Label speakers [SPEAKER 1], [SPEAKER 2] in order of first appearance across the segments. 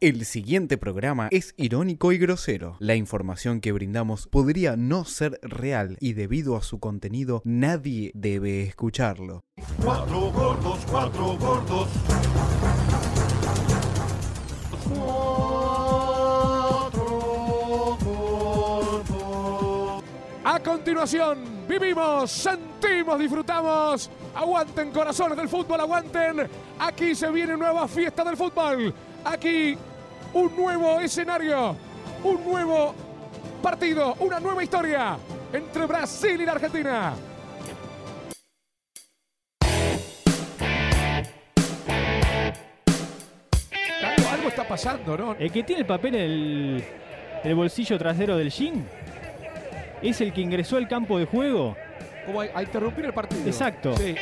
[SPEAKER 1] El siguiente programa es irónico y grosero. La información que brindamos podría no ser real y debido a su contenido nadie debe escucharlo.
[SPEAKER 2] Cuatro gordos, cuatro gordos. Cuatro gordos.
[SPEAKER 3] A continuación, vivimos, sentimos, disfrutamos. Aguanten corazones del fútbol, aguanten. Aquí se viene nueva fiesta del fútbol. Aquí un nuevo escenario, un nuevo partido, una nueva historia entre Brasil y la Argentina. Algo, algo está pasando, ¿no?
[SPEAKER 4] El que tiene el papel en el, el bolsillo trasero del jean es el que ingresó al campo de juego.
[SPEAKER 3] Como a, a interrumpir el partido.
[SPEAKER 4] Exacto.
[SPEAKER 3] Sí.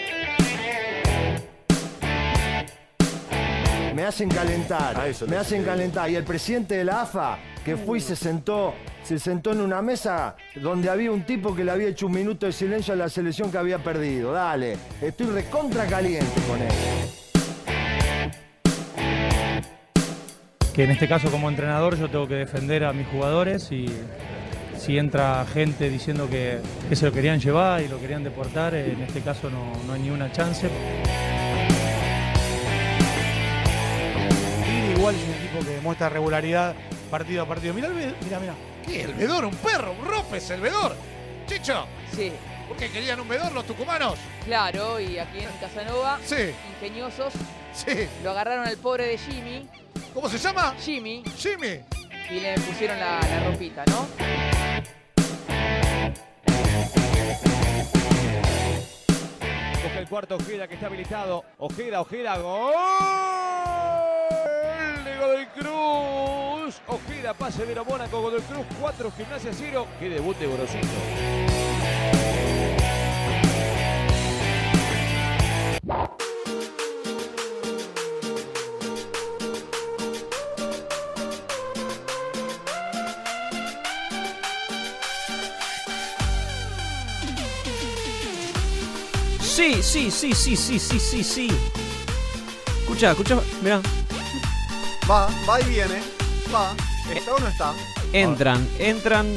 [SPEAKER 5] Me hacen calentar,
[SPEAKER 3] Ah,
[SPEAKER 2] A eso te
[SPEAKER 5] me hacen
[SPEAKER 2] refería.
[SPEAKER 5] calentar. Y el presidente de la AFA, que fue y se sentó, se sentó en una mesa donde había un tipo que le había hecho un minuto de silencio a la selección que había perdido. Dale, estoy recontra caliente con él.
[SPEAKER 6] que en este caso como entrenador yo tengo que defender a mis jugadores y si entra gente diciendo que, que se lo querían llevar y lo querían deportar, eh, en este caso no, no hay ni una chance.
[SPEAKER 7] Tigre igual es un equipo que demuestra regularidad partido a partido. Mirá, el Ve- mirá, mirá. ¿Qué? El Vedor, un perro, un Ropes, el Vedor. Chicho,
[SPEAKER 8] Sí,
[SPEAKER 7] ¿por qué querían un Vedor los tucumanos?
[SPEAKER 8] claro, y aquí en Casanova,
[SPEAKER 7] Sí,
[SPEAKER 8] ingeniosos,
[SPEAKER 7] sí.
[SPEAKER 8] lo agarraron al pobre de Jimmy,
[SPEAKER 7] ¿Cómo se llama?
[SPEAKER 8] Jimmy,
[SPEAKER 7] Jimmy.
[SPEAKER 8] y le pusieron la, la ropita, ¿no?
[SPEAKER 9] Busca el cuarto Ojeda que está habilitado. Ojeda, Ojeda, gol de Godoy Cruz. Ojeda, pase de Mónaco, Godoy Cruz, 4, Gimnasia 0. Qué debut de Gorosito.
[SPEAKER 10] Sí, sí, sí, sí, sí, sí, sí, sí. Escucha, escucha, mira,
[SPEAKER 11] Va, va y viene. Va. ¿Está o no está?
[SPEAKER 10] entran, entran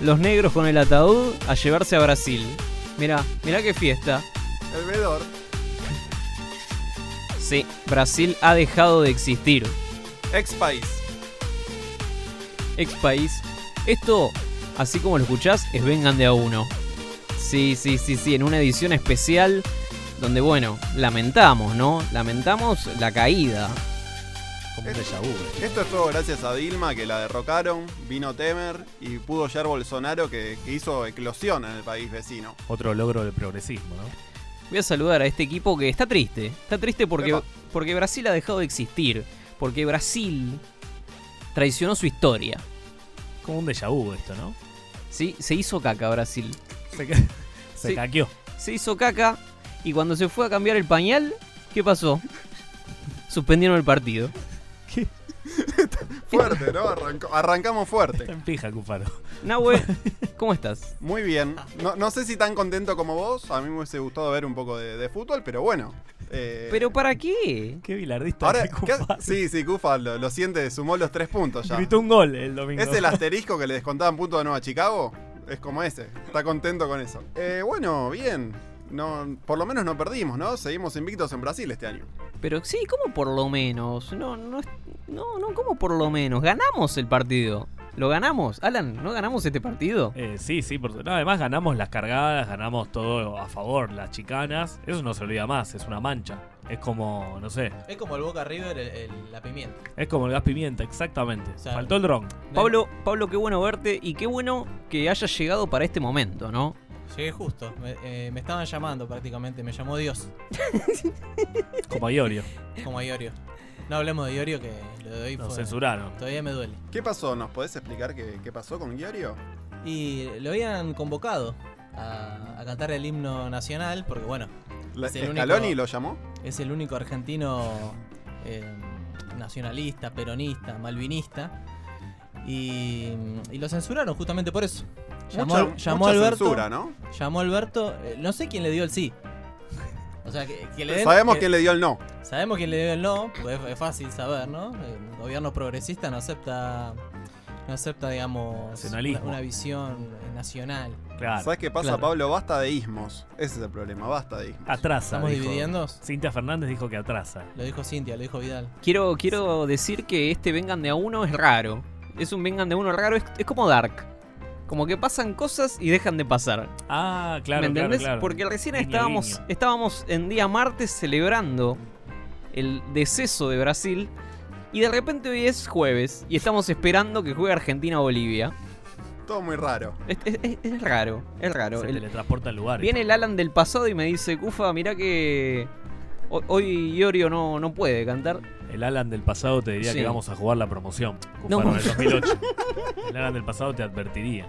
[SPEAKER 10] los negros con el ataúd a llevarse a Brasil. Mira, mira qué fiesta.
[SPEAKER 11] El vedor.
[SPEAKER 10] Sí, Brasil ha dejado de existir.
[SPEAKER 11] Ex país.
[SPEAKER 10] Ex país. Esto, así como lo escuchás, es vengan de a uno. Sí, sí, sí, sí, en una edición especial donde, bueno, lamentamos, ¿no? Lamentamos la caída.
[SPEAKER 1] Como un déjà
[SPEAKER 11] Esto es todo gracias a Dilma que la derrocaron, vino Temer y pudo hallar Bolsonaro que, que hizo eclosión en el país vecino.
[SPEAKER 12] Otro logro del progresismo, ¿no?
[SPEAKER 10] Voy a saludar a este equipo que está triste. Está triste porque,
[SPEAKER 11] Epa.
[SPEAKER 10] porque Brasil ha dejado de existir. Porque Brasil traicionó su historia.
[SPEAKER 12] Como un déjà vu esto, ¿no?
[SPEAKER 10] ¿sí? Se hizo caca Brasil.
[SPEAKER 12] Se, ca- se
[SPEAKER 10] Sí.
[SPEAKER 12] caqueó.
[SPEAKER 10] Se hizo caca y cuando se fue a cambiar el pañal, ¿qué pasó? Suspendieron el partido.
[SPEAKER 11] Fuerte, ¿no? Arrancó- arrancamos
[SPEAKER 12] Está
[SPEAKER 11] fuerte.
[SPEAKER 12] en pija, Cufaro.
[SPEAKER 10] Nahue, ¿cómo estás?
[SPEAKER 11] Muy bien. No, no sé si tan contento como vos. A mí me hubiese gustado ver un poco de, de fútbol, pero bueno. Eh,
[SPEAKER 10] ¿Pero para qué?
[SPEAKER 12] Qué bilardista
[SPEAKER 11] Ahora,
[SPEAKER 12] que
[SPEAKER 11] ¿qué-
[SPEAKER 12] Cufaro.
[SPEAKER 11] sí, sí, Cufa lo, lo siente, sumó los tres puntos ya.
[SPEAKER 12] Gritó un gol el domingo.
[SPEAKER 11] ¿Es el asterisco que le descontaban punto de nuevo a Chicago? Es como ese. Está contento con eso. Eh, bueno, bien. No, por lo menos no perdimos, ¿no? Seguimos invictos en Brasil este año.
[SPEAKER 10] Pero sí, ¿cómo por lo menos? No, no, es- no, no, ¿cómo por lo menos? Ganamos el partido. ¿Lo ganamos? Alan, ¿no ganamos este partido?
[SPEAKER 12] Eh, sí, sí, por su- no, además ganamos las cargadas, ganamos todo a favor, las chicanas. Eso no se olvida más, es una mancha. Es como, no sé,
[SPEAKER 9] Es como el Boca River, la pimienta.
[SPEAKER 12] es como el gas pimienta, exactamente.
[SPEAKER 9] Claro.
[SPEAKER 12] Faltó el dron.
[SPEAKER 10] Pablo, Pablo, qué bueno verte y qué bueno que hayas llegado para este momento, ¿no?
[SPEAKER 9] Llegué justo. Me, estaban llamando prácticamente. Me llamó Dios,
[SPEAKER 12] Como a Iorio.
[SPEAKER 9] como a Iorio. No hablemos de Iorio que lo de hoy
[SPEAKER 12] Nos censuraron.
[SPEAKER 9] Todavía me duele.
[SPEAKER 11] ¿Qué pasó? ¿Nos podés explicar qué, qué pasó con Giorio?
[SPEAKER 9] Y lo habían convocado a, a cantar el himno nacional, porque bueno,
[SPEAKER 11] La-
[SPEAKER 9] Es el
[SPEAKER 11] ¿Scaloni
[SPEAKER 9] único-
[SPEAKER 11] lo llamó?
[SPEAKER 9] es el único argentino eh, nacionalista, peronista, malvinista. Y, y lo censuraron justamente por eso. Llamó,
[SPEAKER 11] Mucha-
[SPEAKER 9] llamó
[SPEAKER 11] mucha
[SPEAKER 9] Alberto.
[SPEAKER 11] censura, ¿no?
[SPEAKER 9] Llamó Alberto. eh, no sé quién le dio el sí. O sea, que, que le den-
[SPEAKER 11] Sabemos quién le dio el no.
[SPEAKER 9] Sabemos quién le dio el no, pues es fácil saber, ¿no? El gobierno progresista no acepta, no acepta digamos, una,
[SPEAKER 11] Nacionalismo.
[SPEAKER 9] una visión eh, nacional.
[SPEAKER 11] ¿Sabes qué pasa,
[SPEAKER 9] Claro.
[SPEAKER 11] Pablo? Basta de ismos. Ese es el problema, basta de ismos.
[SPEAKER 12] Atrasa.
[SPEAKER 9] ¿Estamos
[SPEAKER 12] dijo.
[SPEAKER 9] dividiendo?
[SPEAKER 12] Cintia Fernández dijo que atrasa.
[SPEAKER 9] Lo dijo Cintia, lo dijo Vidal.
[SPEAKER 10] Quiero, quiero decir que este Vengan de a uno es raro. Es un Vengan de a uno raro, es, es como Dark. Como que pasan cosas y dejan de pasar.
[SPEAKER 12] Ah,
[SPEAKER 10] ¿Me
[SPEAKER 12] claro, claro,
[SPEAKER 10] entendés?
[SPEAKER 12] claro.
[SPEAKER 10] Porque recién
[SPEAKER 12] Guiño,
[SPEAKER 10] estábamos,
[SPEAKER 12] guiño.
[SPEAKER 10] estábamos en día martes celebrando el deceso de Brasil. Y de repente hoy es jueves y estamos esperando que juegue Argentina o Bolivia.
[SPEAKER 11] Todo muy raro.
[SPEAKER 10] Es, es- es- es raro, es raro.
[SPEAKER 12] Se
[SPEAKER 10] El-
[SPEAKER 12] teletransporta al lugar.
[SPEAKER 10] Viene el Alan del pasado y me dice, Cufa, mirá que ho- hoy Iorio no, no puede cantar.
[SPEAKER 12] El Alan del pasado te diría
[SPEAKER 10] Sí.
[SPEAKER 12] que vamos a jugar la promoción.
[SPEAKER 10] No.
[SPEAKER 12] No. el 2008. el Alan del pasado te advertiría.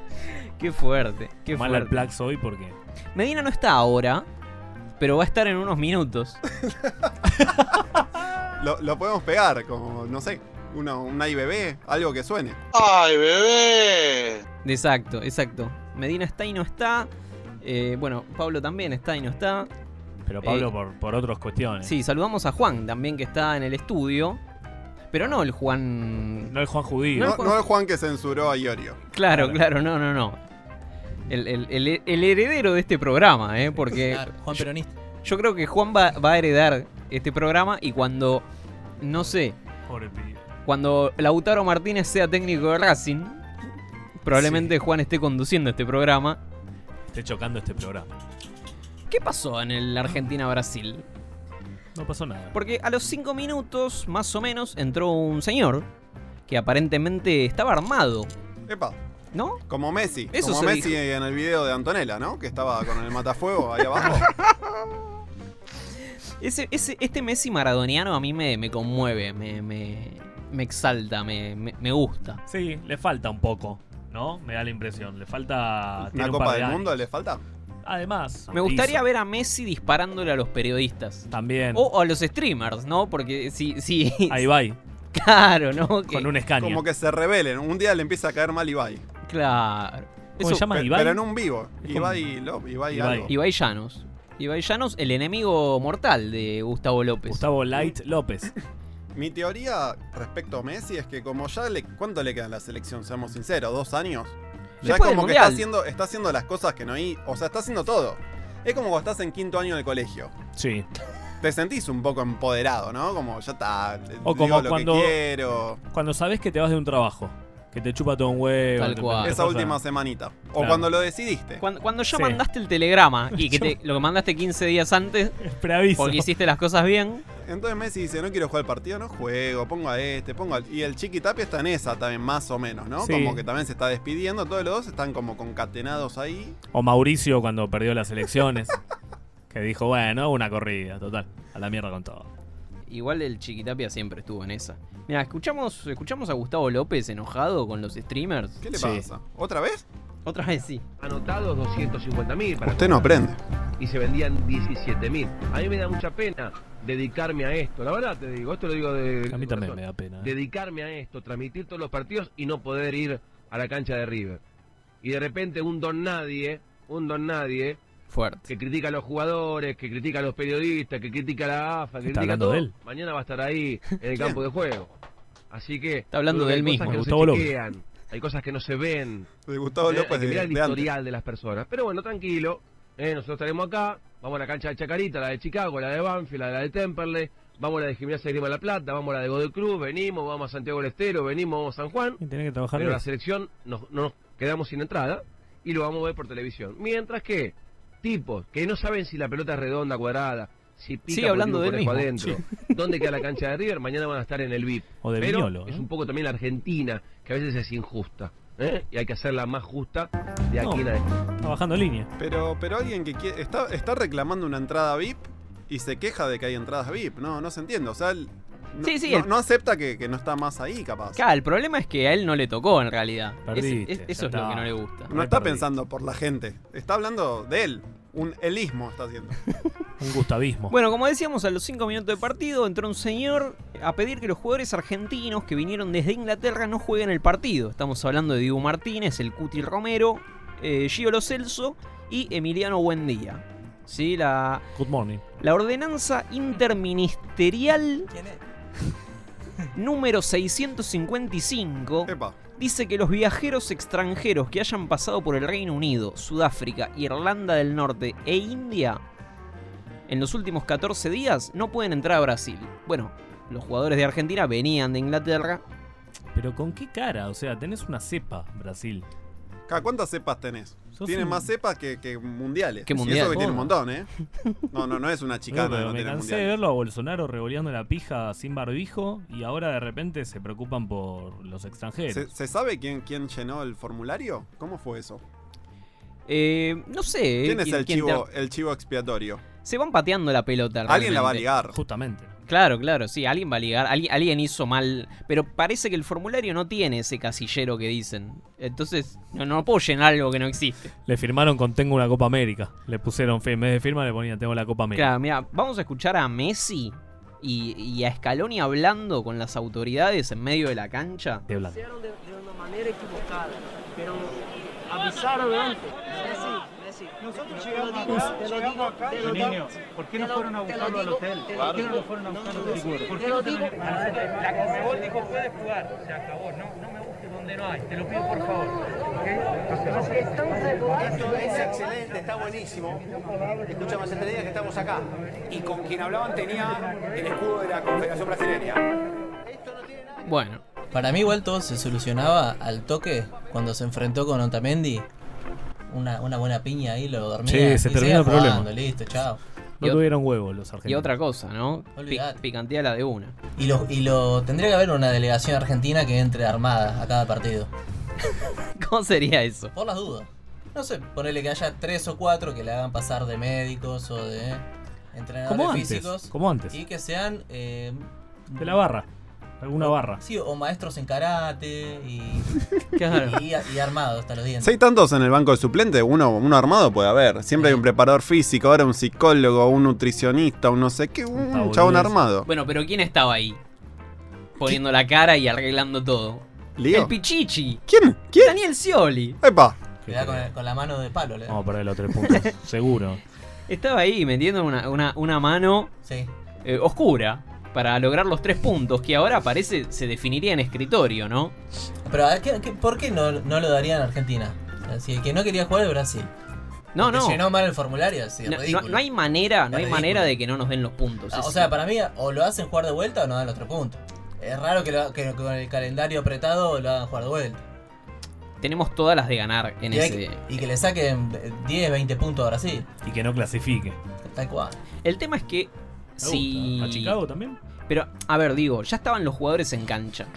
[SPEAKER 10] Qué fuerte, qué
[SPEAKER 12] Mal al
[SPEAKER 10] fuerte.
[SPEAKER 12] Plax hoy porque
[SPEAKER 10] Medina no está ahora, pero va a estar en unos minutos.
[SPEAKER 11] Lo, lo podemos pegar, como, no sé, una, un IBB, algo que suene.
[SPEAKER 10] ¡Ay, bebé! Exacto, exacto. Medina está y no está. Eh, bueno, Pablo también está y no está.
[SPEAKER 12] Pero Pablo
[SPEAKER 10] Eh,
[SPEAKER 12] por, por otras cuestiones.
[SPEAKER 10] Sí, saludamos a Juan también que está en el estudio. Pero no el Juan.
[SPEAKER 12] No el Juan judío.
[SPEAKER 11] No, no el Juan que censuró a Iorio.
[SPEAKER 10] Claro, claro, no, no, no. El, el- el- el heredero de este programa, ¿eh? Porque.
[SPEAKER 9] Juan Peronista.
[SPEAKER 10] Yo, yo creo que Juan va, va a heredar este programa y cuando. No sé.
[SPEAKER 12] Pobre pibe.
[SPEAKER 10] Cuando Lautaro Martínez sea técnico de Racing, probablemente Juan esté conduciendo este programa.
[SPEAKER 12] esté chocando este programa.
[SPEAKER 10] ¿Qué pasó en el Argentina-Brasil?
[SPEAKER 12] No pasó nada.
[SPEAKER 10] Porque a los 5 minutos, más o menos, entró un señor que aparentemente estaba armado.
[SPEAKER 11] Epa.
[SPEAKER 10] ¿No?
[SPEAKER 11] Como Messi.
[SPEAKER 10] Eso
[SPEAKER 11] como
[SPEAKER 10] se
[SPEAKER 11] Messi
[SPEAKER 10] dijo.
[SPEAKER 11] en el video de Antonella, ¿no? Que estaba con el matafuego ahí abajo.
[SPEAKER 10] Ese, ese- este Messi maradoniano a mí me, me conmueve, me, me- me exalta, me, me- me gusta.
[SPEAKER 12] Sí, le falta un poco, ¿no? Me da la impresión. Le falta. tiene
[SPEAKER 11] ¿Una
[SPEAKER 12] un
[SPEAKER 11] Copa
[SPEAKER 12] par de
[SPEAKER 11] del
[SPEAKER 12] años.
[SPEAKER 11] Mundo le falta?
[SPEAKER 12] Además.
[SPEAKER 10] Me gustaría ver a Messi disparándole a los periodistas.
[SPEAKER 12] También.
[SPEAKER 10] O a los streamers, ¿no? Porque si... si
[SPEAKER 12] Ahí va.
[SPEAKER 10] Claro, ¿no? Que-
[SPEAKER 11] Como que se rebelen. Un día le empieza a caer mal Ibai.
[SPEAKER 10] Claro.
[SPEAKER 11] ¿Cómo se llama, Pe- Ibai? pero en un vivo. Es como- Ibai Lo- Ibai Ibai. algo.
[SPEAKER 10] Ibai Llanos. Ibai Llanos, el enemigo mortal de Gustavo López.
[SPEAKER 12] Gustavo Light López.
[SPEAKER 11] Mi teoría respecto a Messi es que como ya le... ¿Cuánto le queda a la selección? Seamos sinceros, ¿dos años? Ya
[SPEAKER 10] Después
[SPEAKER 11] es
[SPEAKER 10] del
[SPEAKER 11] como que está
[SPEAKER 10] Mundial.
[SPEAKER 11] haciendo, está haciendo las cosas que no... hi- O sea, está haciendo todo. Es como cuando estás en quinto año del colegio.
[SPEAKER 12] Sí.
[SPEAKER 11] Te sentís un poco empoderado, ¿no? Como ya está, le-
[SPEAKER 12] O
[SPEAKER 11] digo
[SPEAKER 12] como
[SPEAKER 11] lo
[SPEAKER 12] cuando.
[SPEAKER 11] que quiero.
[SPEAKER 12] Cuando sabes que te vas de un trabajo. Que te chupa todo un huevo. te- te
[SPEAKER 11] Esa
[SPEAKER 12] pasa-
[SPEAKER 11] última semanita. O
[SPEAKER 12] Claro.
[SPEAKER 11] cuando lo decidiste.
[SPEAKER 10] Cuando, cuando ya
[SPEAKER 11] Sí.
[SPEAKER 10] mandaste el telegrama y que te- lo que mandaste 15 días antes porque hiciste las cosas bien.
[SPEAKER 11] Entonces Messi dice, no quiero jugar el partido, no juego, pongo a este, pongo al... Y el Chiqui Tapia está en esa también, más o menos, ¿no?
[SPEAKER 12] Sí.
[SPEAKER 11] Como que también se está despidiendo, todos los dos están como concatenados ahí.
[SPEAKER 12] O Mauricio cuando perdió las elecciones. que dijo, bueno, hago una corrida, total. A la mierda con todo.
[SPEAKER 10] Igual el Chiquitapia siempre estuvo en esa. Mira, escuchamos, escuchamos a Gustavo López enojado con los streamers.
[SPEAKER 11] ¿Qué le pasa? ¿Otra vez?
[SPEAKER 10] Otra vez sí.
[SPEAKER 13] Anotados 250 mil.
[SPEAKER 11] Usted no aprende.
[SPEAKER 13] Y se vendían 17 mil. A mí me da mucha pena dedicarme a esto. La verdad te digo, esto lo digo de.
[SPEAKER 12] A mí
[SPEAKER 13] de
[SPEAKER 12] también
[SPEAKER 13] corazón.
[SPEAKER 12] me da pena, eh.
[SPEAKER 13] Dedicarme a esto, transmitir todos los partidos y no poder ir a la cancha de River. Y de repente un don nadie, un don nadie.
[SPEAKER 10] Fuerte.
[SPEAKER 13] Que critica a los jugadores, que critica a los periodistas, que critica a la AFA, que
[SPEAKER 12] Está
[SPEAKER 13] critica
[SPEAKER 12] hablando
[SPEAKER 13] todo.
[SPEAKER 12] de él.
[SPEAKER 13] Mañana va a estar ahí en el campo de juego. Así que. Está
[SPEAKER 12] hablando de él mismo,
[SPEAKER 13] Hay cosas que
[SPEAKER 12] Gustavo
[SPEAKER 13] no
[SPEAKER 12] López.
[SPEAKER 13] se chequean, hay cosas que no se ven.
[SPEAKER 11] De Gustavo
[SPEAKER 13] Eh,
[SPEAKER 11] López
[SPEAKER 13] hay que
[SPEAKER 11] de-
[SPEAKER 13] mirar el
[SPEAKER 11] de antes.
[SPEAKER 13] historial de las personas. Pero bueno, tranquilo. eh, nosotros estaremos acá. Vamos a la cancha de Chacarita, la de Chicago, la de Banfield, la de, la de Temperley. Vamos a la de Gimnasia de Grima de La Plata, vamos a la de Godoy Cruz, venimos, vamos a Santiago del Estero, venimos, vamos a San Juan.
[SPEAKER 12] Y tenés que trabajar
[SPEAKER 13] Pero la
[SPEAKER 12] vos.
[SPEAKER 13] selección nos, no nos quedamos sin entrada y lo vamos a ver por televisión. Mientras que tipos que no saben si la pelota es redonda, cuadrada, si pica
[SPEAKER 10] Sigue
[SPEAKER 13] por
[SPEAKER 10] hablando
[SPEAKER 13] tipo
[SPEAKER 10] del
[SPEAKER 13] por
[SPEAKER 10] mismo.
[SPEAKER 13] adentro, dónde queda la cancha de River, mañana van a estar en el VIP.
[SPEAKER 12] O de
[SPEAKER 13] Pero
[SPEAKER 12] Viñolo,
[SPEAKER 13] es
[SPEAKER 12] ¿eh?
[SPEAKER 13] un poco también la Argentina, que a veces es injusta. ¿eh? Y hay que hacerla más justa de aquí en adelante.
[SPEAKER 12] Está bajando línea.
[SPEAKER 11] Pero, pero alguien que quiere, está, está reclamando una entrada VIP y se queja de que hay entradas VIP. No, no se entiende. O sea, él no,
[SPEAKER 10] Sí, sí,
[SPEAKER 11] no-
[SPEAKER 10] el-
[SPEAKER 11] no acepta que, que no está más ahí, capaz.
[SPEAKER 10] Claro, el problema es que a él no le tocó en realidad. Ese-
[SPEAKER 11] Perdiste,
[SPEAKER 10] es-
[SPEAKER 11] ya
[SPEAKER 10] eso es lo
[SPEAKER 11] está.
[SPEAKER 10] que no le gusta.
[SPEAKER 11] No está pensando por la gente. Está hablando de él. Un elismo está haciendo.
[SPEAKER 12] Un gustavismo.
[SPEAKER 10] Bueno, como decíamos, a los 5 minutos de partido entró un señor a pedir que los jugadores argentinos que vinieron desde Inglaterra no jueguen el partido. Estamos hablando de Dibu Martínez, el Cuti Romero, eh, Gio Lo Celso y Emiliano Buendía. ¿sí? La,
[SPEAKER 12] Good morning.
[SPEAKER 10] la ordenanza interministerial número 655 dice que los viajeros extranjeros que hayan pasado por el Reino Unido, Sudáfrica, Irlanda del Norte e India en los últimos 14 días no pueden entrar a Brasil. Bueno, los jugadores de Argentina venían de Inglaterra.
[SPEAKER 12] Pero con qué cara, o sea, tenés una cepa, Brasil.
[SPEAKER 11] Ca, ¿Cuántas cepas tenés?
[SPEAKER 12] Sos
[SPEAKER 11] Tiene
[SPEAKER 12] un-
[SPEAKER 11] más cepas que, que mundiales.
[SPEAKER 12] Que
[SPEAKER 11] Y
[SPEAKER 12] mundiales.
[SPEAKER 11] eso que tiene un
[SPEAKER 12] Oh.
[SPEAKER 11] montón, ¿eh? No, no, no es una
[SPEAKER 12] No,
[SPEAKER 11] chicana
[SPEAKER 12] pero
[SPEAKER 11] no
[SPEAKER 12] me
[SPEAKER 11] tiene
[SPEAKER 12] cansé de
[SPEAKER 11] mundiales.
[SPEAKER 12] verlo a Bolsonaro revoleando la pija sin barbijo y ahora de repente se preocupan por los extranjeros.
[SPEAKER 11] ¿Se, se sabe quién, quién llenó el formulario? ¿Cómo fue eso?
[SPEAKER 10] no sé. eh,
[SPEAKER 11] ¿Quién es el,
[SPEAKER 10] quién
[SPEAKER 11] chivo,
[SPEAKER 10] te-
[SPEAKER 11] el chivo expiatorio?
[SPEAKER 10] Se van pateando la pelota.
[SPEAKER 11] Alguien la va a
[SPEAKER 10] realmente.
[SPEAKER 11] ligar.
[SPEAKER 12] Justamente.
[SPEAKER 10] Claro, claro, sí, alguien va a ligar, alguien, alguien hizo mal, pero parece que el formulario no tiene ese casillero que dicen. Entonces, no, no puedo llenar algo que no existe.
[SPEAKER 12] Le firmaron con Tengo una Copa América. Le pusieron, fe- en vez de firma le ponían Tengo la Copa América.
[SPEAKER 10] Claro, mira, vamos a escuchar a Messi y, y a Scaloni hablando con las autoridades en medio de la cancha.
[SPEAKER 12] De blanco.
[SPEAKER 14] hicieron de, de una manera equivocada, pero avisaron antes. Messi, Messi.
[SPEAKER 15] Nosotros
[SPEAKER 14] Te lo
[SPEAKER 15] llegamos
[SPEAKER 14] digo,
[SPEAKER 15] acá,
[SPEAKER 14] te lo digo,
[SPEAKER 15] llegamos acá.
[SPEAKER 14] te lo digo,
[SPEAKER 15] Niño, ¿por qué no
[SPEAKER 14] te lo-
[SPEAKER 15] fueron a
[SPEAKER 14] te lo
[SPEAKER 15] buscarlo al
[SPEAKER 14] digo,
[SPEAKER 15] hotel?
[SPEAKER 14] te lo
[SPEAKER 15] ¿Por qué no
[SPEAKER 14] digo,
[SPEAKER 15] lo fueron a
[SPEAKER 14] no,
[SPEAKER 15] buscar
[SPEAKER 14] no,
[SPEAKER 15] al
[SPEAKER 14] no,
[SPEAKER 15] hotel?
[SPEAKER 14] sí,
[SPEAKER 15] ¿Por
[SPEAKER 14] te
[SPEAKER 15] qué
[SPEAKER 14] lo
[SPEAKER 15] no te lo-
[SPEAKER 14] digo.
[SPEAKER 15] La Conmebol dijo,
[SPEAKER 14] puedes jugar, se acabó, no, no me busques donde no hay, te lo pido por favor.
[SPEAKER 16] Esto es excelente, está buenísimo. Escuchamos más entretenida que estamos acá. Y con quien hablaban tenía el escudo de la Confederación Brasileña.
[SPEAKER 10] Bueno.
[SPEAKER 9] Para mí igual todo se solucionaba al toque cuando se enfrentó con Otamendi. Una, una buena piña ahí, lo dormía.
[SPEAKER 12] Sí, se
[SPEAKER 9] y
[SPEAKER 12] terminó
[SPEAKER 9] seguía
[SPEAKER 12] el problema.
[SPEAKER 9] jugando, listo, chao.
[SPEAKER 12] No
[SPEAKER 9] Y ot-
[SPEAKER 12] tuvieron huevos los argentinos.
[SPEAKER 10] Y otra cosa, ¿no?
[SPEAKER 9] Olvidate.
[SPEAKER 10] picantía la de una.
[SPEAKER 9] Y lo, y lo tendría que haber una delegación argentina que entre armada a cada partido.
[SPEAKER 10] ¿Cómo sería eso?
[SPEAKER 9] Por las dudas. No sé, ponele que haya tres o cuatro que le hagan pasar de médicos o de entrenadores
[SPEAKER 12] Como antes,
[SPEAKER 9] físicos.
[SPEAKER 12] como antes.
[SPEAKER 9] Y que sean. eh,
[SPEAKER 12] De la barra. Alguna barra.
[SPEAKER 9] Sí, o maestros en karate y,
[SPEAKER 10] Claro.
[SPEAKER 9] y, y armados hasta los dientes.
[SPEAKER 11] Si hay tantos en el banco de suplente, uno, uno armado puede haber. Siempre hay un preparador físico, ahora un psicólogo, un nutricionista, un no sé qué, un chabón armado.
[SPEAKER 10] Bueno, pero ¿quién estaba ahí? Poniendo la cara y arreglando todo.
[SPEAKER 11] Leo.
[SPEAKER 10] El Pichichi.
[SPEAKER 11] ¿Quién? ¿Quién?
[SPEAKER 10] Daniel Scioli.
[SPEAKER 11] ¡Epa!
[SPEAKER 9] Le da con, con la mano de palo, le da.
[SPEAKER 12] Vamos a perder los tres puntos, seguro.
[SPEAKER 10] Estaba ahí metiendo una, una- una mano
[SPEAKER 9] Sí.
[SPEAKER 10] eh, oscura para lograr los tres puntos que ahora parece se definiría en escritorio, ¿no?
[SPEAKER 9] Pero, ¿a qué- qué- ¿por qué no, no lo darían a Argentina? Si el que no quería jugar es Brasil.
[SPEAKER 10] No,
[SPEAKER 9] Porque
[SPEAKER 10] no.
[SPEAKER 9] Llenó mal el formulario, así,
[SPEAKER 10] No,
[SPEAKER 9] ridículo.
[SPEAKER 10] no- no hay manera, no hay
[SPEAKER 9] Es ridículo.
[SPEAKER 10] manera de que no nos den los puntos.
[SPEAKER 9] Ah, O
[SPEAKER 10] Es-
[SPEAKER 9] sea, para mí, o lo hacen jugar de vuelta o no dan los tres puntos. Es raro que, lo- que con el calendario apretado lo hagan jugar de vuelta.
[SPEAKER 10] tenemos todas las de ganar en
[SPEAKER 9] Y, hay que-
[SPEAKER 10] ese.
[SPEAKER 9] y que le saquen 10, 20 puntos a Brasil.
[SPEAKER 12] Y que no clasifique.
[SPEAKER 9] Tal cual.
[SPEAKER 10] El tema es que si
[SPEAKER 12] ¿A Chicago también?
[SPEAKER 10] Pero, a ver, digo, ya estaban los jugadores en cancha.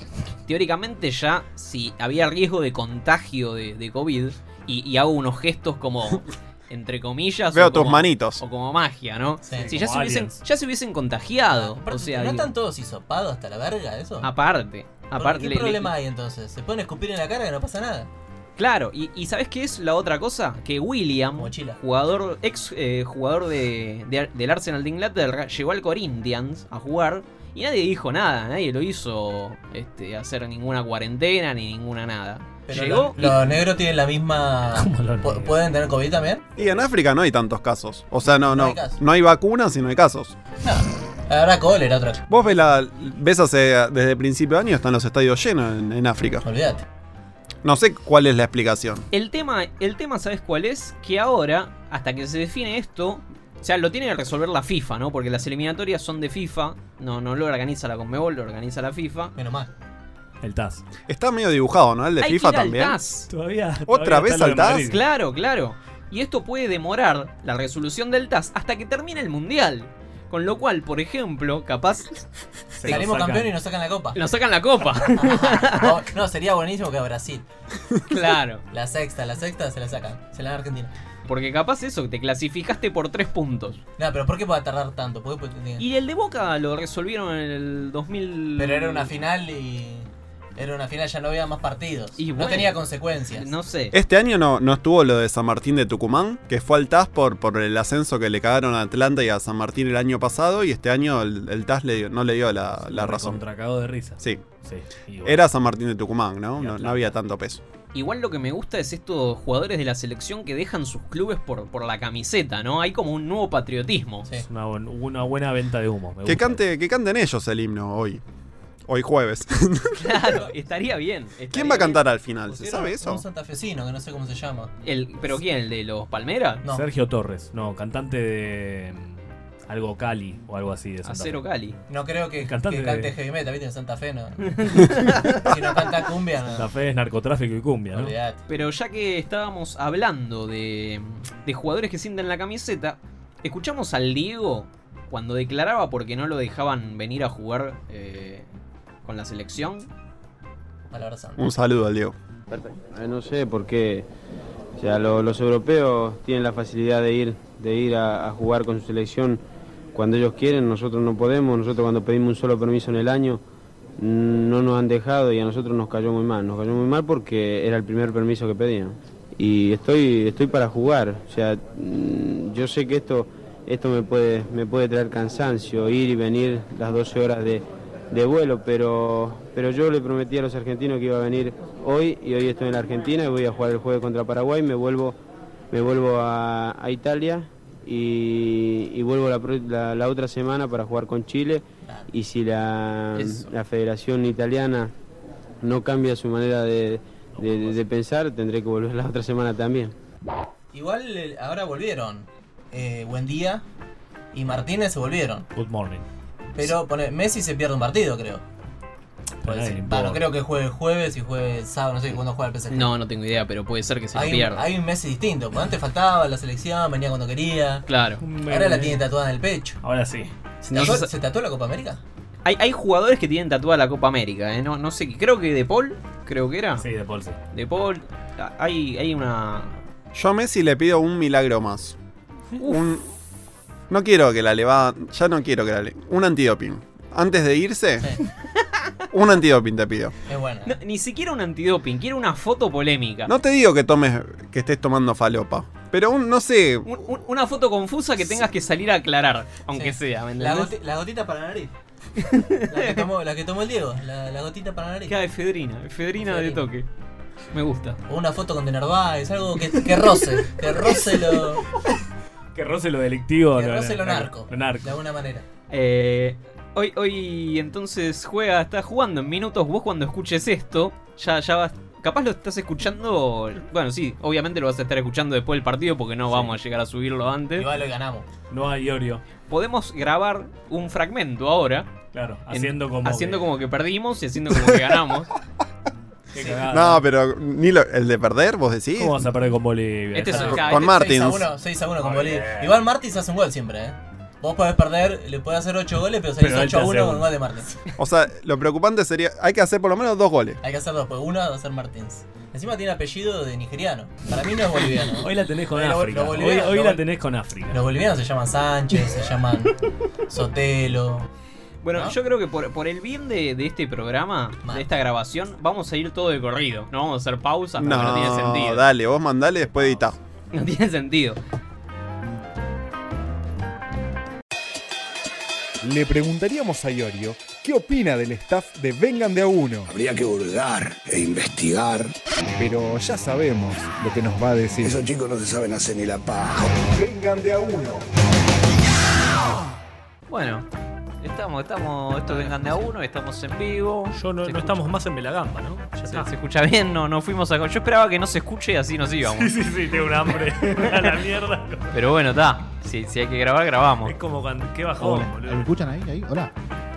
[SPEAKER 10] Teóricamente ya, si había riesgo de contagio de, de COVID, y, y hago unos gestos como, entre comillas...
[SPEAKER 11] Veo
[SPEAKER 10] o como-
[SPEAKER 11] tus manitos.
[SPEAKER 10] O como magia, ¿no? si ya se,
[SPEAKER 9] como
[SPEAKER 10] hubiesen,
[SPEAKER 9] aliens.
[SPEAKER 10] ya se hubiesen contagiado. o sea,
[SPEAKER 9] ¿No
[SPEAKER 10] digo,
[SPEAKER 9] están todos hisopados hasta la verga de eso?
[SPEAKER 10] aparte.
[SPEAKER 9] ¿Por
[SPEAKER 10] Ah, aparte
[SPEAKER 9] ¿Qué
[SPEAKER 10] le- le-
[SPEAKER 9] problema hay entonces? Se pueden escupir en la cara y no pasa nada.
[SPEAKER 10] Claro, y, y ¿sabes qué es la otra cosa? Que William, jugador ex eh, jugador de, de- del Arsenal de Inglaterra, llegó al Corinthians a jugar y nadie dijo nada, nadie lo hizo este, hacer ninguna cuarentena ni ninguna nada.
[SPEAKER 9] Pero
[SPEAKER 10] llegó
[SPEAKER 9] los,
[SPEAKER 10] y-
[SPEAKER 9] los negros tienen la misma. ¿Pu- ¿Pueden tener COVID también?
[SPEAKER 11] Y en África no hay tantos casos. O sea, no,
[SPEAKER 9] No
[SPEAKER 11] no,
[SPEAKER 9] hay casos.
[SPEAKER 11] no hay vacunas y no hay casos.
[SPEAKER 9] Habrá cólera otra vez.
[SPEAKER 11] Vos ves, la, ves hace, desde el principio de año están los estadios llenos en, en África.
[SPEAKER 9] Olvídate.
[SPEAKER 11] No sé cuál es la explicación.
[SPEAKER 10] El tema, el tema, ¿sabes cuál es? Que ahora, hasta que se define esto, o sea, lo tiene que resolver la FIFA, ¿no? Porque las eliminatorias son de FIFA, no, no lo organiza la Conmebol, lo organiza la FIFA.
[SPEAKER 9] Menos mal.
[SPEAKER 12] El TAS.
[SPEAKER 11] Está medio dibujado, ¿no? El de
[SPEAKER 10] Hay que
[SPEAKER 11] FIFA
[SPEAKER 10] ir al
[SPEAKER 11] también.
[SPEAKER 10] TAS.
[SPEAKER 12] Todavía.
[SPEAKER 11] ¿Otra vez al TAS?
[SPEAKER 10] Claro, claro. Y esto puede demorar la resolución del TAS hasta que termine el mundial. Con lo cual, por ejemplo, capaz.
[SPEAKER 9] Salimos campeón y nos sacan la copa.
[SPEAKER 10] Nos sacan la copa.
[SPEAKER 9] No, no, sería buenísimo que a Brasil.
[SPEAKER 10] claro.
[SPEAKER 9] La sexta, la sexta se la sacan. Se la dan a Argentina.
[SPEAKER 10] Porque capaz eso, te clasificaste por tres puntos.
[SPEAKER 9] No, pero ¿por qué puede tardar tanto? ¿Por qué puede-
[SPEAKER 10] Y el de Boca lo resolvieron en el 2000.
[SPEAKER 9] Pero era una final y. Era una final, ya no había más partidos.
[SPEAKER 10] Y
[SPEAKER 9] no
[SPEAKER 10] bueno,
[SPEAKER 9] tenía consecuencias.
[SPEAKER 10] No sé.
[SPEAKER 11] Este año no, no estuvo lo de San Martín de Tucumán, que fue al TAS por, por el ascenso que le cagaron a Atlanta y a San Martín el año pasado, y este año el, el TAS le dio- no le dio la, la razón.
[SPEAKER 12] Contracado de risa.
[SPEAKER 11] Sí.
[SPEAKER 12] Sí. y bueno.
[SPEAKER 11] Era San Martín de Tucumán, ¿no? No, no había tanto peso.
[SPEAKER 10] Igual lo que me gusta es estos jugadores de la selección que dejan sus clubes por, por la camiseta, ¿no? Hay como un nuevo patriotismo.
[SPEAKER 12] Es una, buen- una buena venta de humo. me
[SPEAKER 11] Que,
[SPEAKER 12] gusta.
[SPEAKER 11] cante, que canten ellos el himno hoy. Hoy jueves.
[SPEAKER 10] Claro, estaría bien.
[SPEAKER 11] Eh, ¿Quién va a cantar al final? ¿Se sabe
[SPEAKER 9] Un
[SPEAKER 11] eso?
[SPEAKER 9] santafesino, que no sé cómo se llama.
[SPEAKER 10] El, ¿Pero quién? ¿El de los Palmeras?
[SPEAKER 12] Sergio Torres, no, cantante de mm, algo Cali o algo así de Santa Fe.
[SPEAKER 10] Acero Cali.
[SPEAKER 9] No creo que,
[SPEAKER 12] Cantante
[SPEAKER 9] que cante
[SPEAKER 12] de-
[SPEAKER 9] heavy metal, viste, en Santa Fe, no. si no canta cumbia,
[SPEAKER 12] Santa
[SPEAKER 9] no.
[SPEAKER 12] Fe es narcotráfico y cumbia, ¿no?
[SPEAKER 9] Olvidate.
[SPEAKER 10] Pero ya que estábamos hablando de, de jugadores que sienten la camiseta, escuchamos al Diego cuando declaraba porque no lo dejaban venir a jugar eh, con la selección.
[SPEAKER 9] Palabra santa.
[SPEAKER 11] Un saludo al Diego.
[SPEAKER 15] Eh, No sé por qué. O sea, lo- los europeos tienen la facilidad de ir, de ir a, a jugar con su selección cuando ellos quieren, nosotros no podemos, nosotros cuando pedimos un solo permiso en el año mm, no nos han dejado y a nosotros nos cayó muy mal, nos cayó muy mal porque era el primer permiso que pedían. Y estoy, estoy para jugar, o sea, mm, yo sé que esto, esto me, puede, me puede traer cansancio, ir y venir las 12 horas de, de vuelo, pero, pero yo le prometí a los argentinos que iba a venir hoy y hoy estoy en la Argentina y voy a jugar el jueves contra Paraguay, me vuelvo, me vuelvo a, a Italia y, y vuelvo la, pro- la- la otra semana para jugar con Chile y si la, la Federación Italiana no cambia su manera de, de- de pensar, tendré que volver la otra semana también.
[SPEAKER 9] Igual eh, ahora volvieron. Eh, buen día. Y Martínez se volvieron.
[SPEAKER 12] Good morning.
[SPEAKER 9] Pero pone, Messi se pierde un partido, creo.
[SPEAKER 12] Pero nadie
[SPEAKER 9] Va,
[SPEAKER 12] le
[SPEAKER 9] no
[SPEAKER 12] importa.
[SPEAKER 9] creo que juegue el jueves y juegue el sábado, no sé cuándo juega el PSG.
[SPEAKER 10] No, no tengo idea, pero puede ser que se lo
[SPEAKER 9] hay, un,
[SPEAKER 10] pierda.
[SPEAKER 9] hay un Messi distinto. porque Antes faltaba la selección, venía cuando quería.
[SPEAKER 10] Claro.
[SPEAKER 9] Ahora la tiene tatuada en el pecho.
[SPEAKER 12] Ahora sí.
[SPEAKER 9] ¿Se
[SPEAKER 10] No
[SPEAKER 9] tatuó,
[SPEAKER 10] se sa-
[SPEAKER 9] se tatuó la Copa América?
[SPEAKER 10] Hay, hay jugadores que tienen tatuada la Copa América, ¿eh? no, no sé, qué- creo que De Paul, creo que era. Sí,
[SPEAKER 12] De Paul, sí.
[SPEAKER 10] De Paul, a- hay, hay una...
[SPEAKER 11] Yo a Messi le pido un milagro más. Un- No quiero que la levada. Ya no quiero que la le. Un antidoping. Antes de irse. Un antidoping te pido.
[SPEAKER 10] No, ni siquiera un antidoping, quiero una foto polémica.
[SPEAKER 11] No te digo que tomes. que estés tomando falopa. Pero un, no sé.
[SPEAKER 10] Un- un- una foto confusa que tengas que salir a aclarar, aunque sea, ¿me
[SPEAKER 9] La,
[SPEAKER 10] entendés?
[SPEAKER 9] goti- la gotita para la nariz. la, que tomó, la que tomó el Diego, la, la gotita para la nariz.
[SPEAKER 10] Cada efedrina, efedrina de toque. Me gusta.
[SPEAKER 9] O una foto con De Narváez, algo que, que roce, que roce lo,
[SPEAKER 12] Que roce lo delictivo.
[SPEAKER 9] que roce lo narco,
[SPEAKER 12] Lo narco.
[SPEAKER 9] de alguna manera.
[SPEAKER 10] Eh, hoy, hoy entonces juega, está jugando en minutos. Vos cuando escuches esto, ya, ya vas. Capaz lo estás escuchando. Bueno, sí, obviamente lo vas a estar escuchando después del partido porque no vamos a llegar a subirlo antes.
[SPEAKER 9] Igual lo ganamos.
[SPEAKER 12] No hay Orio.
[SPEAKER 10] Podemos grabar un fragmento ahora.
[SPEAKER 12] Claro,
[SPEAKER 10] en-
[SPEAKER 12] haciendo como
[SPEAKER 10] Haciendo
[SPEAKER 12] que-
[SPEAKER 10] como que perdimos y haciendo como que ganamos.
[SPEAKER 12] Qué cagada.
[SPEAKER 11] No, pero ni lo- el de perder, vos decís.
[SPEAKER 12] ¿Cómo vas a perder con Bolivia?
[SPEAKER 11] Con,
[SPEAKER 9] Este es-
[SPEAKER 11] con
[SPEAKER 9] este es
[SPEAKER 11] Martins.
[SPEAKER 9] 6 a 1, 6 a 1 con
[SPEAKER 12] Muy
[SPEAKER 9] Bolivia.
[SPEAKER 12] bien.
[SPEAKER 9] Igual Martins hace un gol siempre, eh. Vos podés perder, le podés hacer 8 goles, pero salís
[SPEAKER 11] Pero él
[SPEAKER 9] 8 a
[SPEAKER 11] te
[SPEAKER 9] 1
[SPEAKER 11] hace
[SPEAKER 9] con
[SPEAKER 11] uno.
[SPEAKER 9] gol de Martins.
[SPEAKER 11] O sea, lo preocupante sería. Hay que hacer por lo menos dos goles.
[SPEAKER 9] Hay que hacer dos, pues uno va a ser Martins. Encima tiene apellido de nigeriano. Para mí no es boliviano.
[SPEAKER 12] Hoy la tenés con
[SPEAKER 9] Pero lo-
[SPEAKER 12] África.
[SPEAKER 9] lo
[SPEAKER 12] Hoy,
[SPEAKER 9] boliviano-
[SPEAKER 12] hoy
[SPEAKER 9] lo
[SPEAKER 12] la
[SPEAKER 9] bol-
[SPEAKER 12] tenés con África.
[SPEAKER 9] Los bolivianos se llaman Sánchez, se llaman Sotelo.
[SPEAKER 10] Bueno, yo creo que por, por el bien de, de este programa, de esta grabación, vamos a ir todo de corrido. No vamos a hacer pausa porque Ah, no, tiene sentido.
[SPEAKER 11] No, dale, vos mandale, después editá.
[SPEAKER 10] No tiene sentido.
[SPEAKER 1] Le preguntaríamos a Iorio qué opina del staff de Vengan de a uno.
[SPEAKER 17] Habría que hurgar e investigar.
[SPEAKER 1] Pero ya sabemos lo que nos va a decir.
[SPEAKER 17] Esos chicos no se saben hacer ni la paja.
[SPEAKER 1] Vengan de a uno.
[SPEAKER 10] Bueno, estamos, estamos, esto vengan de a uno, estamos en vivo.
[SPEAKER 12] Yo no, no estamos más en Belagamba, ¿no? Ya está.
[SPEAKER 10] Se escucha bien, no, no fuimos a. Yo esperaba que no se escuche y así nos íbamos.
[SPEAKER 12] Sí, sí, sí, tengo un hambre. a la mierda.
[SPEAKER 10] Pero bueno, está. Si, si hay que grabar, grabamos.
[SPEAKER 12] Es como cuando. Qué bajón,
[SPEAKER 18] Hola.
[SPEAKER 12] boludo.
[SPEAKER 18] ¿Me escuchan ahí? ahí? Hola.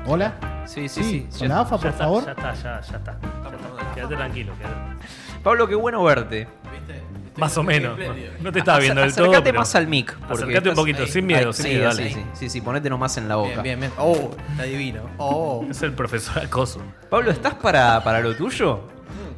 [SPEAKER 18] Hola.
[SPEAKER 10] Sí, sí, sí.
[SPEAKER 18] Con la AFA,
[SPEAKER 12] Ya
[SPEAKER 18] por
[SPEAKER 12] está,
[SPEAKER 18] favor.
[SPEAKER 12] Ya está, ya, ya está. Ya está. Quédate tranquilo, quédate.
[SPEAKER 10] Pablo, qué bueno verte.
[SPEAKER 12] Más o menos. No te estaba
[SPEAKER 10] Acer-
[SPEAKER 12] viendo del todo.
[SPEAKER 10] Acercate
[SPEAKER 12] pero-
[SPEAKER 10] más al mic. porque
[SPEAKER 12] Acercate un
[SPEAKER 10] estás-
[SPEAKER 12] poquito,
[SPEAKER 10] ahí.
[SPEAKER 12] sin miedo,
[SPEAKER 10] Ahí,
[SPEAKER 12] sin
[SPEAKER 10] sí,
[SPEAKER 12] miedo.
[SPEAKER 10] sí,
[SPEAKER 12] dale.
[SPEAKER 10] sí, sí, sí, ponete nomás en la boca.
[SPEAKER 9] Bien, bien. Oh, está divino. Oh.
[SPEAKER 12] Es el profesor acoso.
[SPEAKER 10] Pablo, ¿estás para, para lo tuyo?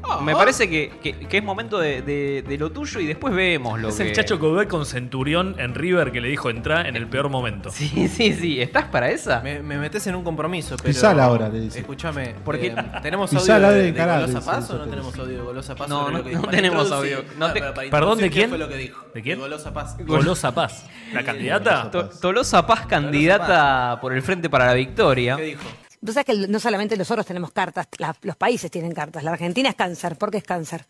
[SPEAKER 9] Ah.
[SPEAKER 10] Me parece que, que- que es momento de, de- de lo tuyo y después vemos lo
[SPEAKER 12] Es
[SPEAKER 10] que...
[SPEAKER 12] el Chacho Codue con Centurión en River que le dijo entrá en el peor momento.
[SPEAKER 10] Sí, sí, sí. ¿Estás para esa?
[SPEAKER 9] Me, me metes en un compromiso, pero.
[SPEAKER 18] Pisala ahora, le dice.
[SPEAKER 9] Escúchame, porque tenemos audio
[SPEAKER 18] Pisala
[SPEAKER 9] de,
[SPEAKER 18] de
[SPEAKER 9] de
[SPEAKER 18] encarar,
[SPEAKER 9] Golosa
[SPEAKER 18] dice
[SPEAKER 9] Paz o no
[SPEAKER 18] Sócrates.
[SPEAKER 9] tenemos audio de Golosa Paz.
[SPEAKER 10] No,
[SPEAKER 9] sobre
[SPEAKER 10] no-
[SPEAKER 9] lo
[SPEAKER 10] no
[SPEAKER 9] que dijo? Para
[SPEAKER 10] tenemos
[SPEAKER 9] introducir-
[SPEAKER 10] audio. No te-
[SPEAKER 9] para- para
[SPEAKER 10] ¿Perdón, de
[SPEAKER 9] introducir,
[SPEAKER 10] quién?
[SPEAKER 9] ¿Qué fue lo que dijo?
[SPEAKER 12] ¿De quién?
[SPEAKER 9] Golosa Paz.
[SPEAKER 12] Golosa Paz. ¿La candidata?
[SPEAKER 10] To- Tolosa Paz, candidata por el Frente para la Victoria.
[SPEAKER 19] Tú sabes que no solamente nosotros tenemos cartas, la- los países tienen cartas. La Argentina es cáncer. ¿Por qué es cáncer?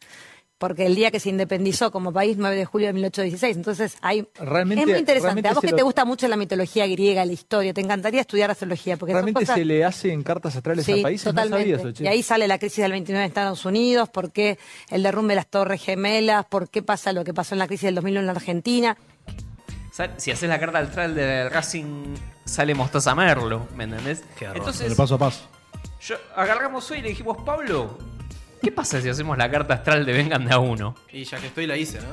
[SPEAKER 19] porque el día que se independizó como país, 9 de julio de 1816. Entonces, hay,
[SPEAKER 20] Realmente-
[SPEAKER 19] es muy interesante.
[SPEAKER 20] realmente
[SPEAKER 19] A vos
[SPEAKER 20] se
[SPEAKER 19] que
[SPEAKER 20] lo-
[SPEAKER 19] te gusta mucho la mitología griega, la historia, te encantaría estudiar astrología. Porque son
[SPEAKER 20] Realmente
[SPEAKER 19] cosas-
[SPEAKER 20] se le hacen cartas astrales
[SPEAKER 19] Sí,
[SPEAKER 20] a países. No sabía
[SPEAKER 19] totalmente.
[SPEAKER 20] eso, che.
[SPEAKER 19] y ahí sale la crisis del 29 en Estados Unidos, por qué el derrumbe de las Torres Gemelas, por qué pasa lo que pasó en la crisis del 2001 en la Argentina.
[SPEAKER 10] Sal- Si haces la carta astral del Racing, sale Mostaza Merlo, ¿me entendés? Entonces,
[SPEAKER 18] Pero paso a paso.
[SPEAKER 10] yo- agarramos hoy y le dijimos, Pablo, ¿qué pasa si hacemos la carta astral de Vengan de a uno?
[SPEAKER 9] Y ya que estoy, la hice, ¿no?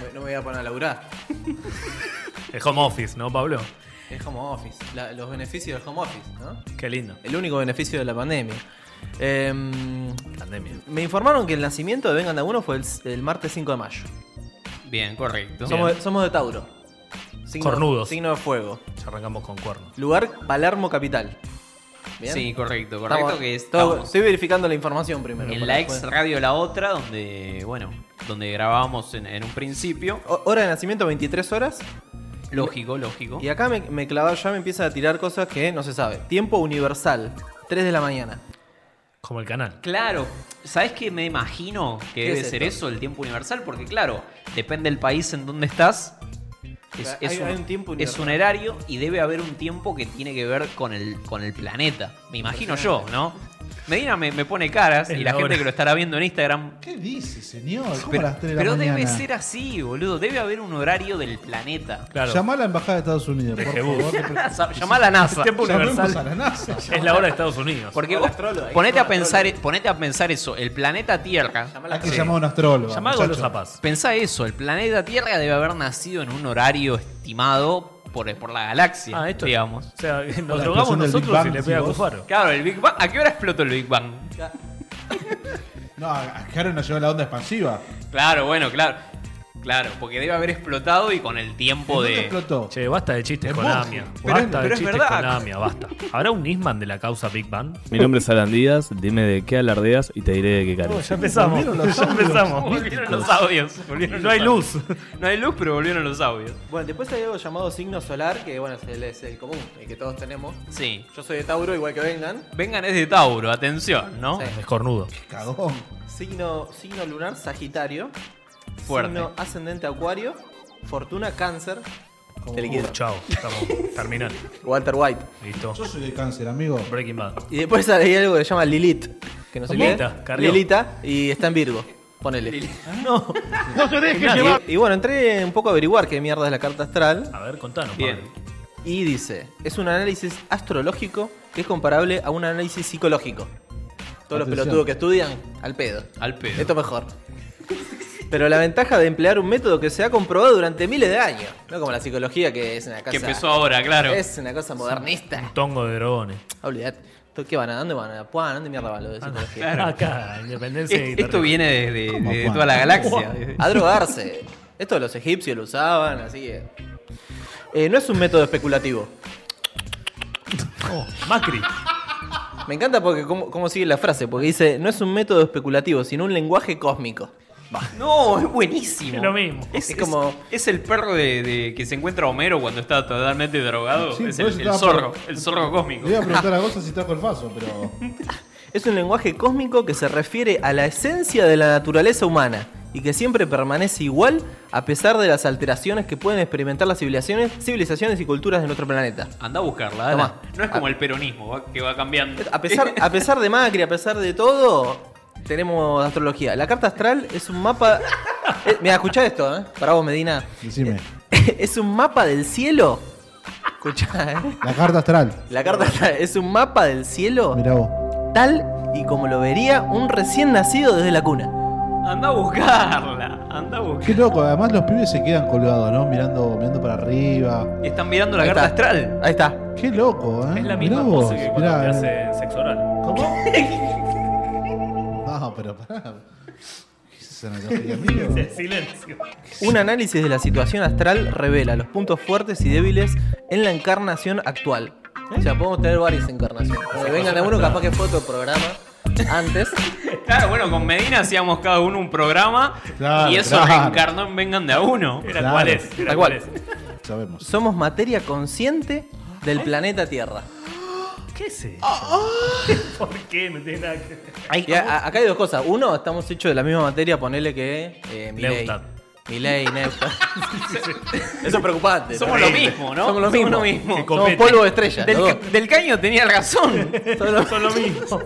[SPEAKER 9] Me- No me voy a poner a laburar.
[SPEAKER 12] Es home office, ¿no, Pablo?
[SPEAKER 9] Es home office. La- los beneficios del home office, ¿no?
[SPEAKER 12] Qué lindo.
[SPEAKER 9] El único beneficio de la pandemia. Em, pandemia. Me informaron que el nacimiento de Vengan de a Uno fue el, el martes 5 de mayo.
[SPEAKER 10] Bien, correcto.
[SPEAKER 9] Somos, de- somos de Tauro.
[SPEAKER 10] Cornudos.
[SPEAKER 9] Signo de fuego.
[SPEAKER 12] Ya arrancamos con cuernos.
[SPEAKER 9] Lugar Palermo Capital.
[SPEAKER 10] Sí, correcto, correcto
[SPEAKER 9] Estamos-
[SPEAKER 10] que
[SPEAKER 9] estamos-
[SPEAKER 10] estamos-
[SPEAKER 9] Estoy verificando la información primero.
[SPEAKER 10] En
[SPEAKER 9] para
[SPEAKER 10] la
[SPEAKER 9] después.
[SPEAKER 10] ex radio La Otra, donde, bueno, donde grabábamos en, en un principio.
[SPEAKER 9] O- Hora de nacimiento 23 horas.
[SPEAKER 10] Lógico, lógico.
[SPEAKER 9] Y acá me, me clava- ya me empieza a tirar cosas que no se sabe. Tiempo universal, 3 de la mañana.
[SPEAKER 12] Como el canal.
[SPEAKER 10] Claro, ¿sabes qué me imagino que
[SPEAKER 9] ¿Qué
[SPEAKER 10] debe
[SPEAKER 9] es
[SPEAKER 10] ser
[SPEAKER 9] esto?
[SPEAKER 10] eso, el tiempo universal? Porque claro, depende del país en donde estás. Es,
[SPEAKER 9] Hay-
[SPEAKER 10] es un,
[SPEAKER 9] hay un tiempo
[SPEAKER 10] es
[SPEAKER 9] universal.
[SPEAKER 10] un erario y debe haber un tiempo que tiene que ver con el, con el planeta. Me imagino yo, ¿no? Medina me, me pone caras
[SPEAKER 18] Es
[SPEAKER 10] y la
[SPEAKER 18] la
[SPEAKER 10] gente
[SPEAKER 18] hora.
[SPEAKER 10] que lo estará viendo en Instagram.
[SPEAKER 18] ¿Qué dice, señor? ¿Cómo
[SPEAKER 10] Pero,
[SPEAKER 18] a las 3 de la
[SPEAKER 10] pero debe
[SPEAKER 18] mañana?
[SPEAKER 10] ser así, boludo. Debe haber un horario del planeta.
[SPEAKER 18] Llamá a la embajada de Estados Unidos, por favor.
[SPEAKER 10] Llamá a la NASA.
[SPEAKER 18] Tiempo universal. Llamemos a la
[SPEAKER 12] NASA. Es la hora de Estados Unidos.
[SPEAKER 10] Porque
[SPEAKER 12] Hola,
[SPEAKER 10] vos-
[SPEAKER 12] astrólogo.
[SPEAKER 10] ponete, a
[SPEAKER 12] Hola,
[SPEAKER 10] pensar, ponete a pensar eso. El planeta Tierra.
[SPEAKER 18] Hay que llamar a un astrólogo.
[SPEAKER 10] Llamá a
[SPEAKER 18] muchacho.
[SPEAKER 10] Golosa Paz. Pensá eso, el planeta Tierra debe haber nacido en un horario estimado por, por la galaxia,
[SPEAKER 12] Ah, esto-
[SPEAKER 10] digamos.
[SPEAKER 12] O sea, nos
[SPEAKER 10] la
[SPEAKER 12] drogamos
[SPEAKER 10] explosión del
[SPEAKER 12] nosotros
[SPEAKER 10] Big Bang,
[SPEAKER 12] y le
[SPEAKER 10] si
[SPEAKER 12] pega a
[SPEAKER 10] vos-
[SPEAKER 12] Cufaro.
[SPEAKER 10] Claro, el Big Bang. ¿A qué hora explotó el Big Bang?
[SPEAKER 18] No, a a Jaro nos llevó la onda expansiva.
[SPEAKER 10] Claro, bueno, claro. Claro, porque debe haber explotado y con el tiempo
[SPEAKER 18] ¿En dónde
[SPEAKER 10] de.
[SPEAKER 18] explotó?
[SPEAKER 12] Che, basta de chistes
[SPEAKER 18] En
[SPEAKER 12] con
[SPEAKER 18] Moscú.
[SPEAKER 12] Amia.
[SPEAKER 18] Pero
[SPEAKER 12] Basta
[SPEAKER 18] es-
[SPEAKER 12] de
[SPEAKER 18] pero es
[SPEAKER 12] chistes
[SPEAKER 18] verdad.
[SPEAKER 12] con Amia, basta. ¿Habrá un Nisman de la causa Big Bang?
[SPEAKER 21] Mi nombre es Alan Díaz, dime de qué alardeas y te diré de qué careces.
[SPEAKER 12] ya empezamos.
[SPEAKER 10] Volvieron los
[SPEAKER 12] Ya
[SPEAKER 10] audios.
[SPEAKER 12] empezamos.
[SPEAKER 10] Volvieron los audios. Volvieron
[SPEAKER 12] No hay
[SPEAKER 10] los
[SPEAKER 12] luz.
[SPEAKER 10] audios. No hay luz, pero volvieron los audios.
[SPEAKER 9] Bueno, después hay algo llamado signo solar, que bueno, es el, es el común, el que todos tenemos.
[SPEAKER 10] Sí.
[SPEAKER 9] Yo soy de Tauro, igual que vengan.
[SPEAKER 10] Vengan es de Tauro, atención, ¿no?
[SPEAKER 9] Sí.
[SPEAKER 12] Es cornudo.
[SPEAKER 18] Cagón.
[SPEAKER 9] Signo, signo lunar, Sagitario.
[SPEAKER 10] Fuerte.
[SPEAKER 9] Signo ascendente, Acuario. Fortuna, Cáncer. Te liquido.
[SPEAKER 12] Chao, estamos terminando.
[SPEAKER 9] Walter White.
[SPEAKER 12] Listo.
[SPEAKER 18] Yo soy de cáncer, amigo.
[SPEAKER 12] Breaking Bad.
[SPEAKER 9] Y después hay algo que se llama Lilith. Que no sé qué.
[SPEAKER 12] Lilita, Carrió.
[SPEAKER 9] Lilita, y está en Virgo. Ponele. No.
[SPEAKER 12] No se deje llevar.
[SPEAKER 9] Y, y bueno, entré un poco a averiguar qué mierda es la carta astral.
[SPEAKER 12] A ver, contanos,
[SPEAKER 9] Bien.
[SPEAKER 12] Pablo.
[SPEAKER 9] Y dice, es un análisis astrológico que es comparable a un análisis psicológico. Todos los
[SPEAKER 12] Atención.
[SPEAKER 9] pelotudos que estudian, al pedo.
[SPEAKER 10] Al pedo.
[SPEAKER 9] Esto es mejor. Pero la ventaja de emplear un método que se ha comprobado durante miles de años. No como la psicología que es una cosa...
[SPEAKER 10] Que empezó ahora, claro.
[SPEAKER 9] Es una cosa modernista.
[SPEAKER 12] Un tongo de drogones.
[SPEAKER 9] Olvidate. ¿Tú ¿Qué van a? ¿Dónde van a? Puan, ¿Dónde mierda va lo de psicología?
[SPEAKER 12] Ah, Claro. Acá, independencia y
[SPEAKER 10] Esto
[SPEAKER 12] territorio.
[SPEAKER 10] viene de, de-
[SPEAKER 9] ¿Cómo,
[SPEAKER 10] de
[SPEAKER 9] Juan?
[SPEAKER 10] toda la galaxia.
[SPEAKER 9] A drogarse. Esto los egipcios lo usaban, así que. Eh, no es un método especulativo.
[SPEAKER 12] Oh, Macri.
[SPEAKER 9] Me encanta porque cómo, cómo sigue la frase, porque dice, no es un método especulativo, sino un lenguaje cósmico.
[SPEAKER 10] No, es buenísimo.
[SPEAKER 9] Es lo mismo.
[SPEAKER 10] Es,
[SPEAKER 9] Es
[SPEAKER 10] como.
[SPEAKER 9] como-
[SPEAKER 10] Es, el perro de, de- que se encuentra Homero cuando está totalmente drogado.
[SPEAKER 18] Sí,
[SPEAKER 10] es
[SPEAKER 18] por
[SPEAKER 10] el, el
[SPEAKER 18] eso estaba
[SPEAKER 10] zorro,
[SPEAKER 18] por-
[SPEAKER 10] el zorro cósmico.
[SPEAKER 18] Le iba a preguntar a Gosa si trajo el faso, pero.
[SPEAKER 9] Es un lenguaje cósmico que se refiere a la esencia de la naturaleza humana y que siempre permanece igual a pesar de las alteraciones que pueden experimentar las civilizaciones, civilizaciones y culturas de nuestro planeta.
[SPEAKER 10] Anda a buscarla,
[SPEAKER 9] Tomá.
[SPEAKER 10] Ana. No es como el peronismo va- que va cambiando.
[SPEAKER 9] A pesar, a pesar de Macri, a pesar de todo, tenemos astrología. La carta astral es un mapa. eh, Mira, escuchá esto, ¿eh? Para vos, Medina.
[SPEAKER 18] Decime.
[SPEAKER 9] Es un mapa del cielo. Escuchá, ¿eh?
[SPEAKER 18] La carta astral.
[SPEAKER 9] La carta astral es un mapa del cielo
[SPEAKER 18] Mirá vos.
[SPEAKER 9] tal y como lo vería un recién nacido desde la cuna.
[SPEAKER 10] Anda a buscarla. Anda a buscarla.
[SPEAKER 18] Qué loco, además los pibes se quedan colgados, ¿no? Mirando, mirando para arriba.
[SPEAKER 10] Están mirando la carta astral.
[SPEAKER 9] Ahí está.
[SPEAKER 18] Qué loco, ¿eh?
[SPEAKER 12] Es la
[SPEAKER 18] Mirá
[SPEAKER 12] misma
[SPEAKER 18] vos,
[SPEAKER 12] pose que cuando
[SPEAKER 18] mirá,
[SPEAKER 12] te
[SPEAKER 18] eh.
[SPEAKER 12] hacen sexo oral.
[SPEAKER 18] No, pero pará. ¿Qué es esa analogía, amigo?
[SPEAKER 12] Silencio.
[SPEAKER 9] Un análisis de la situación astral revela los puntos fuertes y débiles en la encarnación actual. O sea, podemos tener varias encarnaciones. Cuando vengan algunos, capaz que fue otro programa antes.
[SPEAKER 10] Claro, bueno, con Medina hacíamos cada uno un programa
[SPEAKER 9] Claro,
[SPEAKER 10] y eso
[SPEAKER 9] claro.
[SPEAKER 10] reencarnó en Vengan de a uno.
[SPEAKER 9] Era Claro. cuál es, era Tal cual. cuál Somos materia consciente del planeta Tierra.
[SPEAKER 12] ¿Qué es eso?
[SPEAKER 10] Ah,
[SPEAKER 12] ¿Por qué? No tiene nada que ver.
[SPEAKER 9] Y a- a- acá hay dos cosas. Uno, estamos hechos de la misma materia, ponele que eh, Milei.
[SPEAKER 12] Neustadt.
[SPEAKER 9] Milei, Neustadt. Eso es preocupante.
[SPEAKER 10] Somos lo mismo, ¿no?
[SPEAKER 9] Somos lo mismo.
[SPEAKER 10] Somos lo mismo. Que
[SPEAKER 9] Somos
[SPEAKER 10] competen.
[SPEAKER 9] polvo de estrella.
[SPEAKER 10] Del
[SPEAKER 9] los dos.
[SPEAKER 10] ca- del caño tenía razón.
[SPEAKER 9] Son lo-
[SPEAKER 10] Son lo mismo.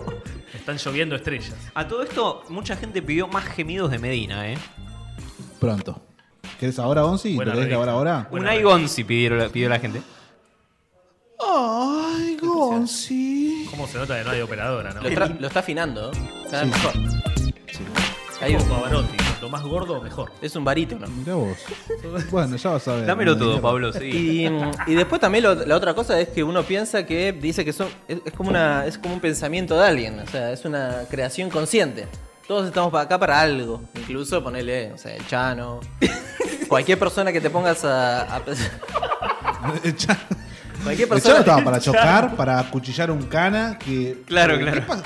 [SPEAKER 12] Están lloviendo estrellas.
[SPEAKER 10] A todo esto, mucha gente pidió más gemidos de Medina, ¿eh?
[SPEAKER 18] Pronto. ¿Querés ahora, Onsi? ¿Lo
[SPEAKER 10] Buena
[SPEAKER 18] querés grabar ahora?
[SPEAKER 10] Un Aigonzi pidió, pidió la gente.
[SPEAKER 7] Ay, Gonzi.
[SPEAKER 12] ¿Cómo se nota que no hay operadora, no?
[SPEAKER 9] Lo, está- lo está afinando. ¿eh? Cada vez mejor.
[SPEAKER 12] Hay un Pavarotti. Cuanto más gordo, mejor.
[SPEAKER 9] Es un barítono.
[SPEAKER 18] Mirá vos. Bueno, ya vas a ver.
[SPEAKER 9] Dámelo
[SPEAKER 18] Bueno,
[SPEAKER 9] todo,
[SPEAKER 18] mierda.
[SPEAKER 10] Pablo,
[SPEAKER 9] Y,
[SPEAKER 12] mm,
[SPEAKER 9] y después también lo- la otra cosa es que uno piensa que dice que son, es, es como una, es como un pensamiento de alguien, o sea, es una creación consciente. Todos estamos para acá para algo. Incluso ponele, o sea, el Chano. Cualquier persona que te pongas a. a- Cualquier
[SPEAKER 18] El
[SPEAKER 9] persona.
[SPEAKER 18] Chano estaba para chocar, para acuchillar un cana que...
[SPEAKER 10] Claro,
[SPEAKER 18] ¿Qué
[SPEAKER 10] claro.
[SPEAKER 18] pasa?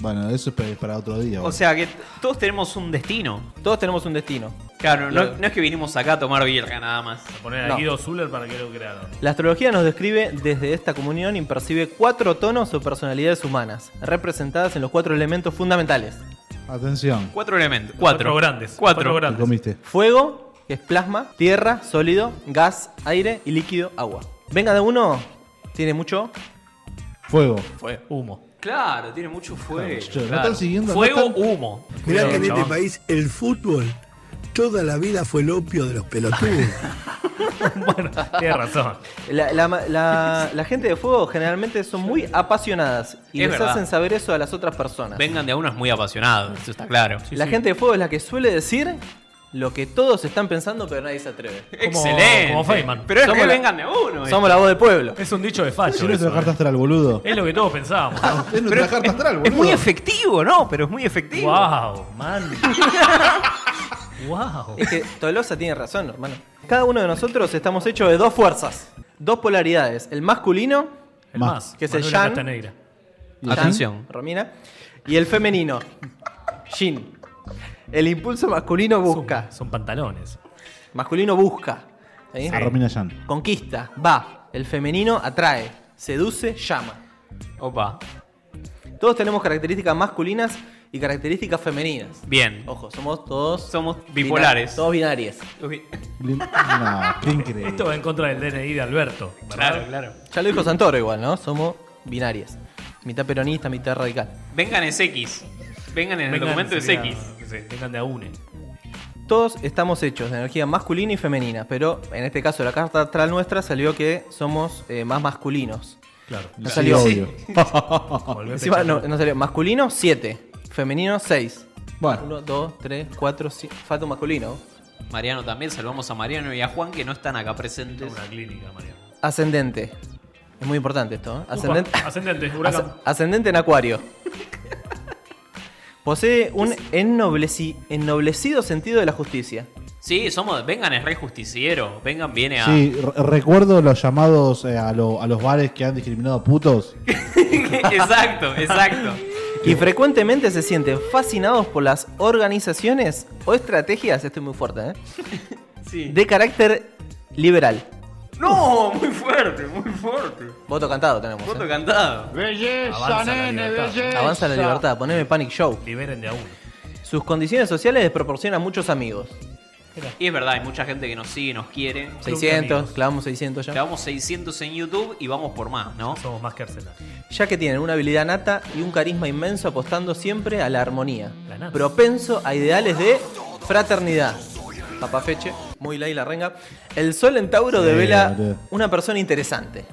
[SPEAKER 18] Bueno, eso es pa- para otro día.
[SPEAKER 10] O sea que t- todos tenemos un destino.
[SPEAKER 9] Todos tenemos un destino.
[SPEAKER 10] Claro, no,
[SPEAKER 9] Claro.
[SPEAKER 10] no es que vinimos acá a tomar birra nada más.
[SPEAKER 12] Poner a
[SPEAKER 9] No.
[SPEAKER 12] Guido Zuller para que lo crearon.
[SPEAKER 9] La astrología nos describe desde esta comunión y percibe cuatro tonos o personalidades humanas, representadas en los cuatro elementos fundamentales.
[SPEAKER 18] Atención.
[SPEAKER 10] Cuatro elementos.
[SPEAKER 12] Cuatro. Cuatro grandes. Cuatro. Cuatro
[SPEAKER 18] Te comiste.
[SPEAKER 9] Fuego, que es plasma, tierra, sólido, gas, aire y líquido, agua. Venga de uno, tiene mucho
[SPEAKER 18] Fuego.
[SPEAKER 12] Fue humo.
[SPEAKER 10] Claro, tiene mucho fuego.
[SPEAKER 18] Claro, no están siguiendo, no
[SPEAKER 10] Fuego,
[SPEAKER 18] están-
[SPEAKER 10] humo.
[SPEAKER 20] Mirá que en este
[SPEAKER 10] Chabón.
[SPEAKER 20] país el fútbol toda la vida fue el opio de los pelotudos.
[SPEAKER 12] Tienes razón.
[SPEAKER 9] La, la- la- la gente de fuego generalmente son muy apasionadas y
[SPEAKER 10] Es
[SPEAKER 9] les
[SPEAKER 10] verdad.
[SPEAKER 9] hacen saber eso a las otras personas.
[SPEAKER 10] Vengan de a uno es muy apasionado, eso está claro.
[SPEAKER 9] la gente de fuego es la que suele decir lo que todos están pensando pero nadie se atreve.
[SPEAKER 10] Excelente.
[SPEAKER 12] como Feynman.
[SPEAKER 10] Pero es
[SPEAKER 9] Somos
[SPEAKER 10] que
[SPEAKER 9] la-
[SPEAKER 10] vengan de a uno. eh.
[SPEAKER 9] Somos la voz del pueblo.
[SPEAKER 12] Es un dicho de facho.
[SPEAKER 18] Tiene
[SPEAKER 12] eso,
[SPEAKER 18] otra
[SPEAKER 12] eh.
[SPEAKER 18] carta astral, boludo.
[SPEAKER 12] Es lo que todos pensábamos.
[SPEAKER 18] Es nuestra carta astral, boludo.
[SPEAKER 10] Es muy efectivo, ¿no? Pero es muy efectivo.
[SPEAKER 12] wow, man. wow.
[SPEAKER 9] Es que Tolosa tiene razón, hermano. Cada uno de nosotros estamos hechos de dos fuerzas, dos polaridades. El masculino,
[SPEAKER 12] El más.
[SPEAKER 9] que es el
[SPEAKER 12] Manuel
[SPEAKER 9] yang.
[SPEAKER 12] Casta Negra.
[SPEAKER 9] Yan, Romina. Y el femenino, Jin. El impulso masculino busca.
[SPEAKER 12] Son, pantalones.
[SPEAKER 9] Masculino busca.
[SPEAKER 12] Eh.
[SPEAKER 9] ¿sí?
[SPEAKER 18] A Romina Yan.
[SPEAKER 9] Conquista, va. El femenino atrae, seduce, llama.
[SPEAKER 10] Opa.
[SPEAKER 9] Todos tenemos características masculinas y características femeninas.
[SPEAKER 10] Bien.
[SPEAKER 9] Ojo, somos todos.
[SPEAKER 10] Somos bipolares.
[SPEAKER 9] binar- Todos binarios.
[SPEAKER 18] No, qué increíble.
[SPEAKER 12] Esto va en contra del DNI de Alberto.
[SPEAKER 10] Claro, claro.
[SPEAKER 9] Ya lo dijo Santoro igual, ¿no? Somos binarias. Mitad peronista, mitad radical.
[SPEAKER 10] Vengan es X. Vengan en el documento es X.
[SPEAKER 12] Vengan de a une.
[SPEAKER 9] Todos estamos hechos de energía masculina y femenina, pero en este caso la carta astral nuestra salió que somos eh, más masculinos.
[SPEAKER 12] Claro.
[SPEAKER 9] No salió.
[SPEAKER 18] obvio.
[SPEAKER 9] Encima no, no salió. Masculino, 7. Femenino, 6.
[SPEAKER 18] Bueno.
[SPEAKER 9] 1, 2, 3, 4, 5. Falta un masculino.
[SPEAKER 10] Mariano también, saludamos a Mariano y a Juan que no están acá presentes.
[SPEAKER 12] Una clínica, Mariano.
[SPEAKER 9] Ascendente. Es muy importante esto. ¿eh? Ascendente,
[SPEAKER 18] Ah,
[SPEAKER 12] ascendente,
[SPEAKER 9] As-
[SPEAKER 12] huracán.
[SPEAKER 9] ascendente en Acuario. Posee un ennobleci- ennoblecido sentido de la justicia.
[SPEAKER 10] Sí, somos. Vengan es re justiciero. Vengan viene a.
[SPEAKER 18] Sí, re- recuerdo los llamados eh, a, lo- a los bares que han discriminado a putos.
[SPEAKER 10] exacto, exacto.
[SPEAKER 9] Y frecuentemente se sienten fascinados por las organizaciones o estrategias, esto es muy fuerte, ¿eh? de carácter liberal.
[SPEAKER 10] No, muy fuerte, muy fuerte.
[SPEAKER 9] Voto cantado tenemos.
[SPEAKER 10] Voto
[SPEAKER 9] ¿eh?
[SPEAKER 10] cantado.
[SPEAKER 8] Ah,
[SPEAKER 7] Belleza, nene, belleza.
[SPEAKER 9] Avanza la libertad, poneme Panic Show.
[SPEAKER 12] Liberen de a uno.
[SPEAKER 9] Sus condiciones sociales les proporcionan muchos amigos.
[SPEAKER 10] Y es verdad, hay mucha gente que nos sigue, nos quiere.
[SPEAKER 9] 600, clavamos 600
[SPEAKER 10] Le
[SPEAKER 9] ya.
[SPEAKER 10] damos 600 en YouTube y vamos por más, ¿no?
[SPEAKER 12] Somos más que Arsenal.
[SPEAKER 9] Ya que tienen una habilidad nata y un carisma inmenso apostando siempre a la armonía.
[SPEAKER 12] La nata.
[SPEAKER 9] Propenso a ideales de fraternidad. Papá Feche, muy ley la renga. El sol en Tauro
[SPEAKER 18] Sí,
[SPEAKER 9] devela
[SPEAKER 18] boludo.
[SPEAKER 9] una persona interesante.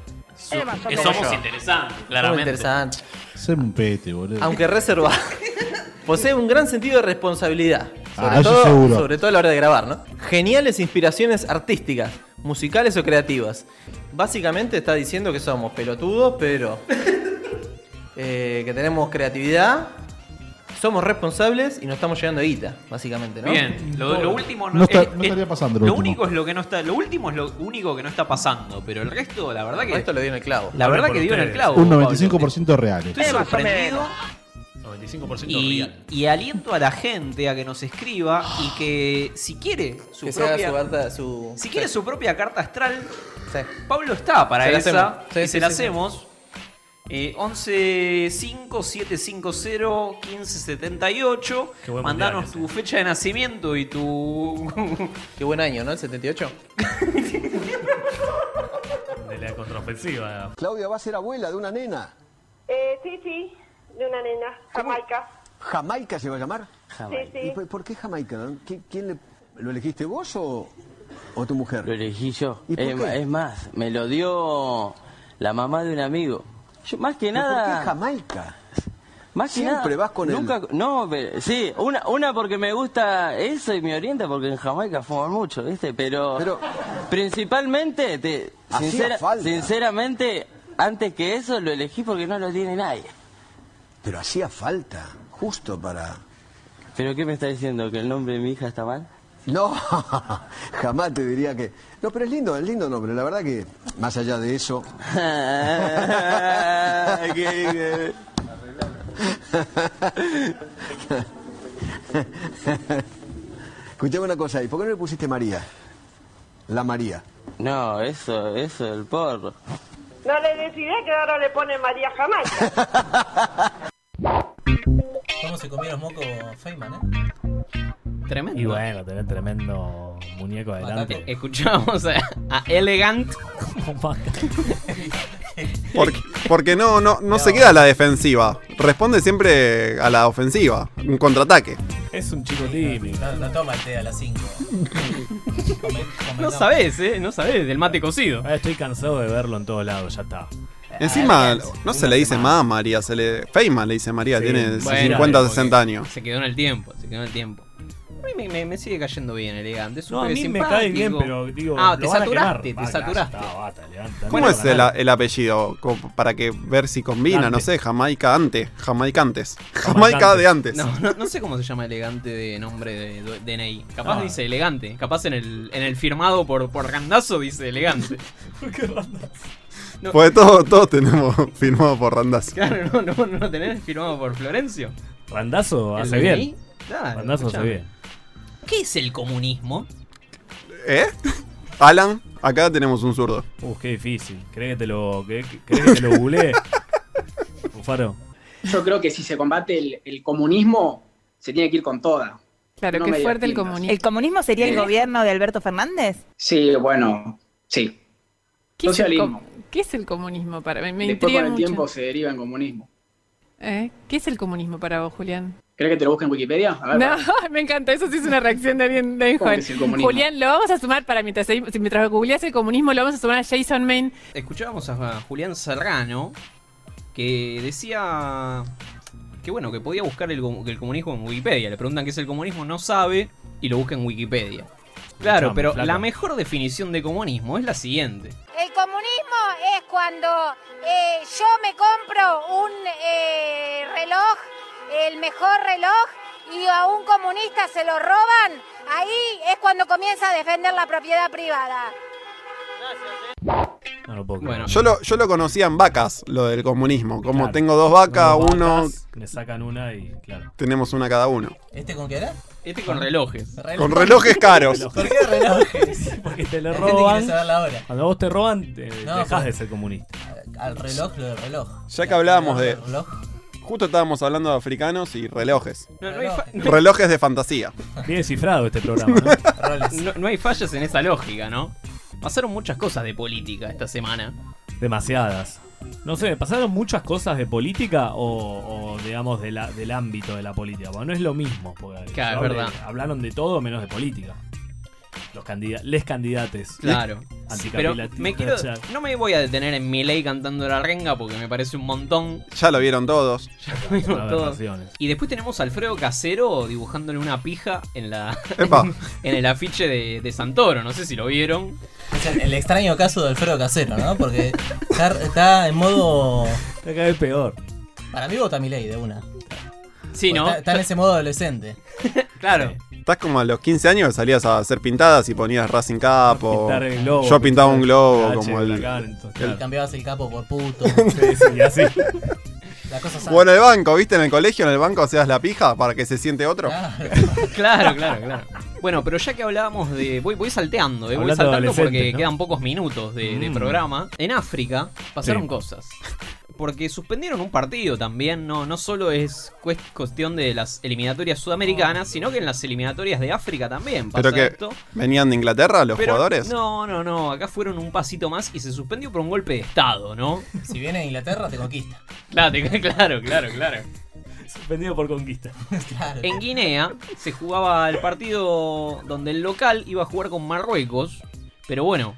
[SPEAKER 10] Que somos interesantes,
[SPEAKER 9] Muy
[SPEAKER 10] claramente.
[SPEAKER 9] interesante.
[SPEAKER 18] Se un pete, boludo.
[SPEAKER 9] Aunque reservado. Posee un gran sentido de responsabilidad. Sobre,
[SPEAKER 18] Ah, eso
[SPEAKER 9] todo,
[SPEAKER 18] seguro.
[SPEAKER 9] sobre todo a la hora de grabar, ¿no? Geniales inspiraciones artísticas, musicales o creativas. Básicamente está diciendo que somos pelotudos, pero. eh, que tenemos creatividad, somos responsables y nos estamos llegando a guita, básicamente, ¿no?
[SPEAKER 10] Bien, lo, lo último
[SPEAKER 18] No está-
[SPEAKER 10] eh,
[SPEAKER 18] no
[SPEAKER 10] eh,
[SPEAKER 18] estaría pasando lo
[SPEAKER 10] lo
[SPEAKER 18] último.
[SPEAKER 10] único es lo que no está, lo último es lo único que no está pasando, pero el resto, la verdad que
[SPEAKER 9] Esto lo dio en el clavo.
[SPEAKER 10] la
[SPEAKER 12] Hablen
[SPEAKER 10] verdad
[SPEAKER 12] por
[SPEAKER 10] que dio en el
[SPEAKER 12] ustedes.
[SPEAKER 10] clavo.
[SPEAKER 18] Un
[SPEAKER 10] Pablo.
[SPEAKER 18] 95% real.
[SPEAKER 10] Estoy sorprendido
[SPEAKER 12] 95%
[SPEAKER 10] y,
[SPEAKER 12] real.
[SPEAKER 10] y aliento a la gente a que nos escriba y que si quiere su
[SPEAKER 9] Que se haga
[SPEAKER 10] propia
[SPEAKER 9] su carta- su-
[SPEAKER 10] si quiere su propia carta astral,
[SPEAKER 9] Sí.
[SPEAKER 10] Pablo está para
[SPEAKER 9] Se la
[SPEAKER 10] esa
[SPEAKER 9] hacemos. Sí,
[SPEAKER 10] y
[SPEAKER 9] sí,
[SPEAKER 10] se la
[SPEAKER 9] sí, sí.
[SPEAKER 10] hacemos. Eh, 11 5 750 15 78.
[SPEAKER 12] Qué buen
[SPEAKER 10] Mandanos tu
[SPEAKER 12] mundial
[SPEAKER 10] fecha de nacimiento y tu. Qué buen año, ¿no? El 78.
[SPEAKER 12] de la contraofensiva.
[SPEAKER 8] Claudia va a ser abuela de una nena.
[SPEAKER 22] Eh, sí, sí, de una nena, Jamaica.
[SPEAKER 8] ¿Jamaica se va a llamar?
[SPEAKER 22] Jamaica. Sí, sí.
[SPEAKER 8] ¿Y por, por qué Jamaica? ¿Qui- ¿Quién le- lo elegiste vos o, o tu mujer?
[SPEAKER 23] Lo elegí yo.
[SPEAKER 8] ¿Y por
[SPEAKER 23] Eh,
[SPEAKER 8] qué?
[SPEAKER 23] es más, me lo dio la mamá de un amigo. Yo, más que
[SPEAKER 8] ¿Pero
[SPEAKER 23] nada.
[SPEAKER 8] ¿Por qué Jamaica?
[SPEAKER 23] Más que
[SPEAKER 8] Siempre
[SPEAKER 23] nada,
[SPEAKER 8] vas con él.
[SPEAKER 23] nunca, No, pero- sí, una, una porque me gusta eso y me orienta porque en Jamaica fuman mucho, ¿viste? Pero, principalmente, te,
[SPEAKER 8] Hacía
[SPEAKER 23] sincera-
[SPEAKER 8] falta.
[SPEAKER 23] sinceramente, antes que eso lo elegí porque no lo tiene nadie.
[SPEAKER 8] Pero hacía falta, justo para...
[SPEAKER 23] ¿Pero qué me está diciendo? ¿Que el nombre de mi hija está mal?
[SPEAKER 8] No, jamás te diría que... No, pero es lindo, es lindo nombre. La verdad que, más allá de eso...
[SPEAKER 23] que-
[SPEAKER 8] Escuchame una cosa ahí. ¿Por qué no le pusiste María? La María.
[SPEAKER 23] No, eso, eso, el porro.
[SPEAKER 22] No le decidí que ahora le pone María Jamaica.
[SPEAKER 10] ¿Cómo se comió los mocos Feynman, eh?
[SPEAKER 12] Tremendo. Y bueno, tenés tremendo muñeco adelante.
[SPEAKER 10] Bastante. Escuchamos eh. a- a Elegant.
[SPEAKER 11] Porque, porque no, no, no, se queda a la defensiva. Responde siempre a la ofensiva. Un contraataque.
[SPEAKER 12] Es un chico tímido.
[SPEAKER 9] No, no toma el té a las 5.
[SPEAKER 10] No sabés, eh, no sabés, del mate cocido.
[SPEAKER 12] Ah, Estoy cansado de verlo en todos lados, ya está.
[SPEAKER 11] Encima, no se le dice más María, se le. Feynman le dice María,
[SPEAKER 12] Sí.
[SPEAKER 11] tiene
[SPEAKER 10] Bueno,
[SPEAKER 11] 50 o
[SPEAKER 10] porque
[SPEAKER 11] 60 años.
[SPEAKER 10] Se quedó en el tiempo, se quedó en el tiempo. A mí me, me- me sigue cayendo bien, elegante. Es un
[SPEAKER 12] No, a
[SPEAKER 10] pibe
[SPEAKER 12] mí me
[SPEAKER 10] simpático.
[SPEAKER 12] cae bien, pero digo,
[SPEAKER 10] Ah,
[SPEAKER 12] lo
[SPEAKER 10] te
[SPEAKER 12] van a
[SPEAKER 10] saturaste,
[SPEAKER 12] quemar.
[SPEAKER 10] te
[SPEAKER 12] Basta,
[SPEAKER 10] saturaste.
[SPEAKER 12] ya está, basta, elegante.
[SPEAKER 11] ¿Cómo es el, eh, a- el apellido? Como Para que ver si combina, no
[SPEAKER 10] Dante.
[SPEAKER 11] sé, Jamaica antes, Jamaica antes, Jamaica de antes.
[SPEAKER 10] No, no, no sé cómo se llama elegante de nombre de du- DNI. Capaz
[SPEAKER 12] No.
[SPEAKER 10] dice elegante. Capaz en el, en el firmado por, por Randazo dice elegante. ¿Por qué Randazo?
[SPEAKER 11] Porque todos, todos tenemos firmado por Randazzo.
[SPEAKER 10] Claro, no, no, no lo tenés firmado por Florencio.
[SPEAKER 12] Randazo
[SPEAKER 10] ¿El
[SPEAKER 12] Pues hace
[SPEAKER 10] DNI?
[SPEAKER 12] bien.
[SPEAKER 10] Claro,
[SPEAKER 12] Randazo hace
[SPEAKER 10] escuchame.
[SPEAKER 12] bien.
[SPEAKER 10] ¿Qué es el comunismo?
[SPEAKER 11] ¿Eh? Alan, acá tenemos un zurdo.
[SPEAKER 12] Uh, qué difícil. ¿Crees que te lo, que, crees que te lo googleé? Bufaro.
[SPEAKER 19] Yo creo que si se combate el, el comunismo, se tiene que ir con toda.
[SPEAKER 24] Claro,
[SPEAKER 19] No
[SPEAKER 24] qué
[SPEAKER 19] me
[SPEAKER 24] fuerte el
[SPEAKER 19] entiendas.
[SPEAKER 24] comunismo. ¿El comunismo sería el
[SPEAKER 19] Sí.
[SPEAKER 24] gobierno de Alberto Fernández?
[SPEAKER 19] Sí, bueno, sí.
[SPEAKER 24] ¿Qué es, el
[SPEAKER 19] Socialismo.
[SPEAKER 24] com- qué es el comunismo para mí? Me
[SPEAKER 19] Después
[SPEAKER 24] intriga
[SPEAKER 19] con el
[SPEAKER 24] mucho.
[SPEAKER 19] tiempo se deriva en comunismo.
[SPEAKER 24] ¿Eh? ¿Qué es el comunismo para vos, Julián?
[SPEAKER 19] ¿Crees que te lo busque en Wikipedia? A ver,
[SPEAKER 24] No,
[SPEAKER 19] para-
[SPEAKER 24] me encanta, eso sí es una reacción de alguien, de alguien
[SPEAKER 19] ¿Cómo
[SPEAKER 24] joven.
[SPEAKER 19] que es el comunismo?
[SPEAKER 24] Julián, lo vamos a sumar para mientras, seguimos- mientras googleás el comunismo, lo vamos a sumar a Jason Main.
[SPEAKER 10] Escuchábamos a Julián Serrano que decía que bueno, que podía buscar el, com- el comunismo en Wikipedia. Le preguntan qué es el comunismo, no sabe y lo busca en Wikipedia. Claro,
[SPEAKER 12] Chamo,
[SPEAKER 10] pero
[SPEAKER 12] flaco.
[SPEAKER 10] la mejor definición de comunismo es la siguiente.
[SPEAKER 25] El comunismo es cuando eh, yo me compro un eh, reloj, el mejor reloj, y a un comunista se lo roban. Ahí es cuando comienza a defender la propiedad privada.
[SPEAKER 10] Bueno,
[SPEAKER 11] Yo lo, yo lo conocía en vacas, lo del comunismo. Como tengo dos vacas,
[SPEAKER 12] Dos
[SPEAKER 11] uno.
[SPEAKER 12] vacas, Le sacan una y claro. Ah.
[SPEAKER 11] Tenemos una cada uno.
[SPEAKER 9] ¿Este con qué era?
[SPEAKER 10] Este con relojes.
[SPEAKER 11] Con relojes caros.
[SPEAKER 9] ¿Por qué relojes?
[SPEAKER 12] Porque te
[SPEAKER 9] La
[SPEAKER 12] lo
[SPEAKER 9] gente quiere
[SPEAKER 12] roban.
[SPEAKER 9] saber la hora.
[SPEAKER 12] Cuando a vos te roban, te,
[SPEAKER 9] No,
[SPEAKER 12] dejás
[SPEAKER 9] pero-
[SPEAKER 12] de ser comunista.
[SPEAKER 9] Al reloj, lo del reloj.
[SPEAKER 11] Ya que hablábamos de.
[SPEAKER 9] Reloj.
[SPEAKER 11] Justo estábamos hablando de africanos y relojes.
[SPEAKER 10] No, no hay fa-
[SPEAKER 11] Relojes de fantasía.
[SPEAKER 12] Bien cifrado este programa, ¿no?
[SPEAKER 10] No, no hay fallas en esa lógica, ¿no? Pasaron muchas cosas de política esta semana.
[SPEAKER 12] Demasiadas. No sé, pasaron muchas cosas de política o, o, digamos, de la- del ámbito de la política. Bueno, no es lo mismo. Porque
[SPEAKER 10] Claro, es
[SPEAKER 12] de-
[SPEAKER 10] verdad.
[SPEAKER 12] hablaron de todo menos de política. Los candida les candidates.
[SPEAKER 10] Claro. Pero
[SPEAKER 12] Anticapilatistas.
[SPEAKER 10] me quiero, no me voy a detener en Milei cantando la renga porque me parece un montón.
[SPEAKER 11] Ya lo vieron todos.
[SPEAKER 10] Bueno, todo. Y después tenemos a Alfredo Casero dibujándole una pija en la
[SPEAKER 11] Epa.
[SPEAKER 10] en el afiche de, de Santoro. No sé si lo vieron.
[SPEAKER 9] Es el, el extraño caso de Alfredo Casero, ¿no? Porque está, está en modo.
[SPEAKER 12] Está cada vez peor.
[SPEAKER 9] Para mí vota Milei de una.
[SPEAKER 10] Sí,
[SPEAKER 9] ¿no? Está, está en ese modo adolescente.
[SPEAKER 10] Claro.
[SPEAKER 11] Estás como a los 15 años que salías a hacer pintadas y ponías Racing Cap o.
[SPEAKER 12] Pintar el globo,
[SPEAKER 11] Oh, yo pintaba un
[SPEAKER 12] pintar
[SPEAKER 11] globo
[SPEAKER 12] el
[SPEAKER 11] como
[SPEAKER 12] H,
[SPEAKER 11] el.
[SPEAKER 12] huracán, entonces,
[SPEAKER 11] el-
[SPEAKER 9] Y cambiabas el capo por puto.
[SPEAKER 12] y así.
[SPEAKER 9] La cosa sana.
[SPEAKER 11] O en el banco, ¿viste? En el colegio, en el banco hacías la pija para que se siente otro.
[SPEAKER 10] Claro, claro, claro. Bueno, pero ya que hablábamos de. Voy, voy salteando, eh, voy
[SPEAKER 11] Hablando de
[SPEAKER 10] saltando porque
[SPEAKER 11] adolescentes, ¿no?
[SPEAKER 10] quedan pocos minutos de, de
[SPEAKER 11] Mm.
[SPEAKER 10] programa. En África pasaron
[SPEAKER 11] Sí.
[SPEAKER 10] cosas. porque suspendieron un partido también, no, no solo es cues- cuestión de las eliminatorias sudamericanas, sino que en las eliminatorias de África también pasa
[SPEAKER 11] ¿Pero que
[SPEAKER 10] esto.
[SPEAKER 11] venían de Inglaterra los
[SPEAKER 10] Pero-
[SPEAKER 11] jugadores?
[SPEAKER 10] No, no, no, acá fueron un pasito más y se suspendió por un golpe de Estado, ¿no?
[SPEAKER 9] Si vienes a Inglaterra, te conquista.
[SPEAKER 10] Claro, te- claro, claro, claro.
[SPEAKER 9] Suspendido por conquista. claro.
[SPEAKER 10] En Guinea se jugaba el partido donde el local iba a jugar con Marruecos, pero bueno,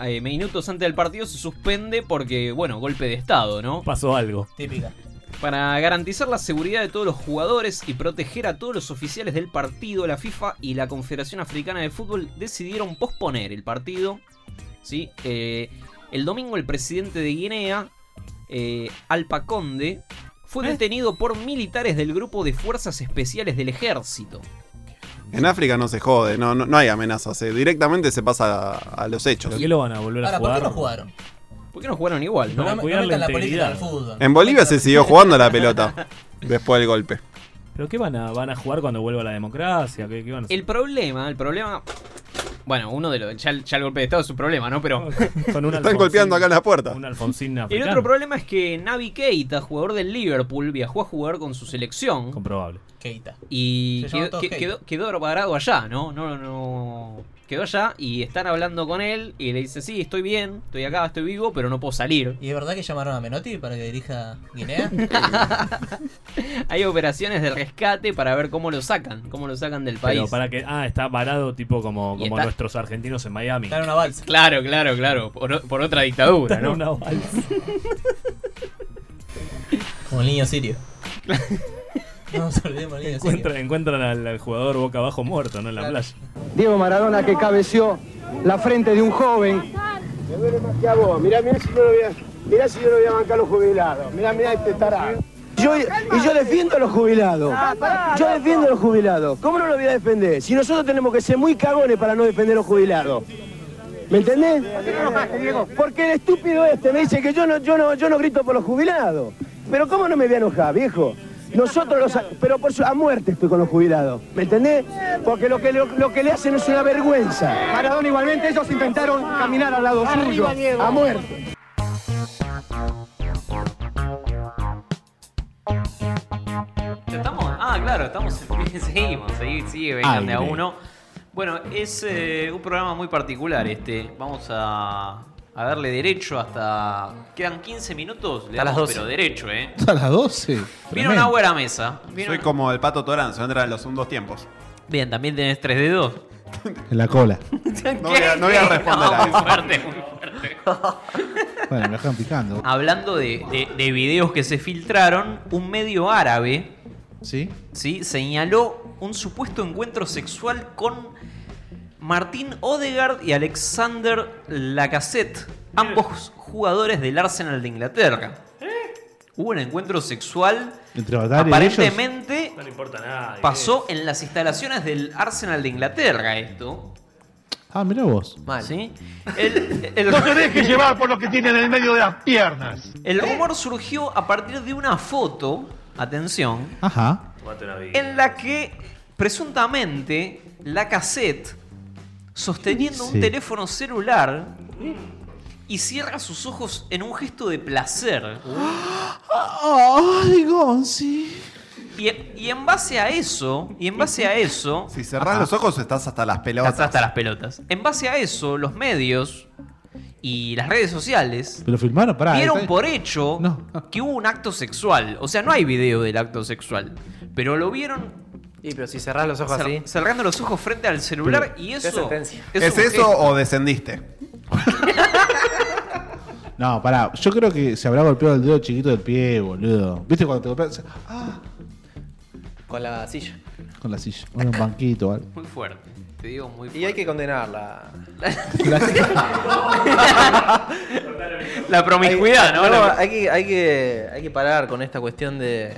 [SPEAKER 10] eh, minutos antes del partido se suspende porque, bueno, golpe de Estado, ¿no?
[SPEAKER 12] Pasó algo.
[SPEAKER 9] Típica.
[SPEAKER 10] Para garantizar la seguridad de todos los jugadores y proteger a todos los oficiales del partido, la FIFA y la Confederación Africana de Fútbol decidieron posponer el partido. ¿sí? Eh, el domingo el presidente de Guinea, eh, Alpa Conde,
[SPEAKER 12] ¿Eh?
[SPEAKER 10] fue detenido por militares del grupo de Fuerzas Especiales del Ejército.
[SPEAKER 11] En África no se jode, no, no, no hay amenazas. eh, Directamente se pasa a, a los hechos.
[SPEAKER 12] ¿Pero qué lo van a volver a
[SPEAKER 9] Ahora, ¿por qué no jugaron?
[SPEAKER 10] ¿Por qué no jugaron igual?
[SPEAKER 9] No,
[SPEAKER 10] no?
[SPEAKER 9] no metan la política al fútbol.
[SPEAKER 11] En Bolivia se siguió jugando la pelota después del golpe.
[SPEAKER 12] ¿Pero qué van a, van a jugar cuando vuelva la democracia? ¿Qué, qué van a hacer?
[SPEAKER 10] El problema, el problema... Bueno, uno de los... Ya, el- ya el golpe de Estado es un problema, ¿no? Pero...
[SPEAKER 12] Con un
[SPEAKER 11] Están golpeando acá en la puerta.
[SPEAKER 12] Un Alfonsín
[SPEAKER 10] El
[SPEAKER 12] africano.
[SPEAKER 10] otro problema es que Navi Keita, jugador del Liverpool, viajó a jugar con su selección.
[SPEAKER 12] Comprobable.
[SPEAKER 9] Keita.
[SPEAKER 10] Y
[SPEAKER 9] Se llaman
[SPEAKER 10] quedó,
[SPEAKER 9] todos
[SPEAKER 10] que-
[SPEAKER 9] Keita.
[SPEAKER 10] quedó, quedó varado allá, ¿no? No, no. Quedó allá y están hablando con él y le dice, sí, estoy bien, estoy acá, estoy vivo, pero no puedo salir.
[SPEAKER 9] ¿Y es verdad que llamaron a Menotti para que dirija Guinea?
[SPEAKER 10] Hay operaciones de rescate para ver cómo lo sacan, cómo lo sacan del país.
[SPEAKER 12] Pero para que. Ah, está varado tipo como,
[SPEAKER 10] Y
[SPEAKER 12] como
[SPEAKER 10] está-
[SPEAKER 12] nuestros argentinos en Miami.
[SPEAKER 9] Dar una balsa.
[SPEAKER 10] Claro, claro, claro. Por, o- por otra dictadura,
[SPEAKER 12] Está en
[SPEAKER 10] ¿no?
[SPEAKER 12] una balsa.
[SPEAKER 9] Como el niño sirio. No nos olvidemos del niño sirio.
[SPEAKER 12] Encuentran, encuentran al, al jugador boca abajo muerto, ¿no? En la playa.
[SPEAKER 1] Diego Maradona que cabeció la frente de un joven. Me duele más que a vos. Mirá, mirá si yo no voy a, mirá si yo no voy a bancar a los jubilados. Mirá, mirá este tarado. Ah, Yo, y yo defiendo a los jubilados. Yo defiendo a los jubilados. ¿Cómo no los voy a defender? Si nosotros tenemos que ser muy cagones para no defender a los jubilados. ¿Me entendés? Porque el estúpido este me dice que yo no, yo no, yo no grito por los jubilados. Pero ¿cómo no me voy a enojar, viejo? Nosotros los... a- Pero por su- a muerte estoy con los jubilados. ¿Me entendés? Porque lo que, lo, lo que le hacen es una vergüenza. Maradona igualmente, ellos intentaron caminar al lado suyo. A muerte.
[SPEAKER 10] Estamos, ah, claro, estamos. Seguimos, sigue, sigue, vengan de a uno. Bueno, es eh, un programa muy particular este. Vamos a, a darle derecho hasta. Quedan 15 minutos. Le
[SPEAKER 9] Hasta las
[SPEAKER 10] damos,
[SPEAKER 9] 12.
[SPEAKER 10] pero derecho, ¿eh?
[SPEAKER 18] A las 12.
[SPEAKER 10] Vino una buena mesa. Vino
[SPEAKER 11] Soy como el pato Toranzo, entra en los un dos tiempos.
[SPEAKER 10] Bien, también tenés tres dedos.
[SPEAKER 18] En la cola.
[SPEAKER 11] No voy a, no voy a responder a
[SPEAKER 10] Muy
[SPEAKER 11] eso.
[SPEAKER 10] fuerte, muy fuerte.
[SPEAKER 18] Bueno, me lo dejan picando.
[SPEAKER 10] Hablando de, de- de videos que se filtraron, un medio árabe
[SPEAKER 18] ¿Sí?
[SPEAKER 10] ¿sí? señaló un supuesto encuentro sexual con Martín Odegaard y Alexander Lacassette, ambos jugadores del Arsenal de Inglaterra.
[SPEAKER 12] ¿Eh?
[SPEAKER 10] Hubo un encuentro sexual,
[SPEAKER 18] Entre Batalla y ellos.
[SPEAKER 10] aparentemente
[SPEAKER 12] No le importa nada. eh.
[SPEAKER 10] pasó en las instalaciones del Arsenal de Inglaterra esto.
[SPEAKER 18] Ah, mirá vos.
[SPEAKER 10] ¿sí? El, el-
[SPEAKER 26] por lo que tiene en el medio de las piernas.
[SPEAKER 10] El rumor surgió a partir de una foto, atención,
[SPEAKER 18] Ajá.
[SPEAKER 10] en la que presuntamente la cassette sosteniendo
[SPEAKER 18] Sí.
[SPEAKER 10] un teléfono celular y cierra sus ojos en un gesto de placer.
[SPEAKER 18] Ay, Gonzi.
[SPEAKER 10] Y, y en base a eso, y en base a eso,
[SPEAKER 11] Si cerrás los ojos estás hasta las pelotas.
[SPEAKER 10] Estás hasta las pelotas. en base a eso, los medios y las redes sociales
[SPEAKER 18] ¿Pero
[SPEAKER 11] Ah,
[SPEAKER 18] filmaron? Pará.
[SPEAKER 10] dieron
[SPEAKER 18] está-
[SPEAKER 10] por hecho que hubo un acto sexual. O sea, no hay video del acto sexual, pero lo vieron
[SPEAKER 9] Y pero si cerrás los ojos
[SPEAKER 10] Cer-
[SPEAKER 9] así.
[SPEAKER 10] Cerrando los ojos frente al celular y
[SPEAKER 9] Qué
[SPEAKER 10] eso.
[SPEAKER 9] sentencia.
[SPEAKER 11] ¿Es
[SPEAKER 10] un
[SPEAKER 11] eso
[SPEAKER 10] gesto.
[SPEAKER 11] o descendiste?
[SPEAKER 18] No, pará. Yo creo que se habrá golpeado el dedo chiquito del pie, boludo. ¿Viste cuando te golpeas? Ah,
[SPEAKER 9] Con la silla.
[SPEAKER 18] con la silla. Bueno, un banquito, ¿vale?
[SPEAKER 10] Muy fuerte. Te digo muy
[SPEAKER 9] Y hay que condenarla.
[SPEAKER 10] La promiscuidad, ¿no?
[SPEAKER 9] Hay,
[SPEAKER 10] La-
[SPEAKER 9] hay, que, hay, que, hay que parar con esta cuestión de.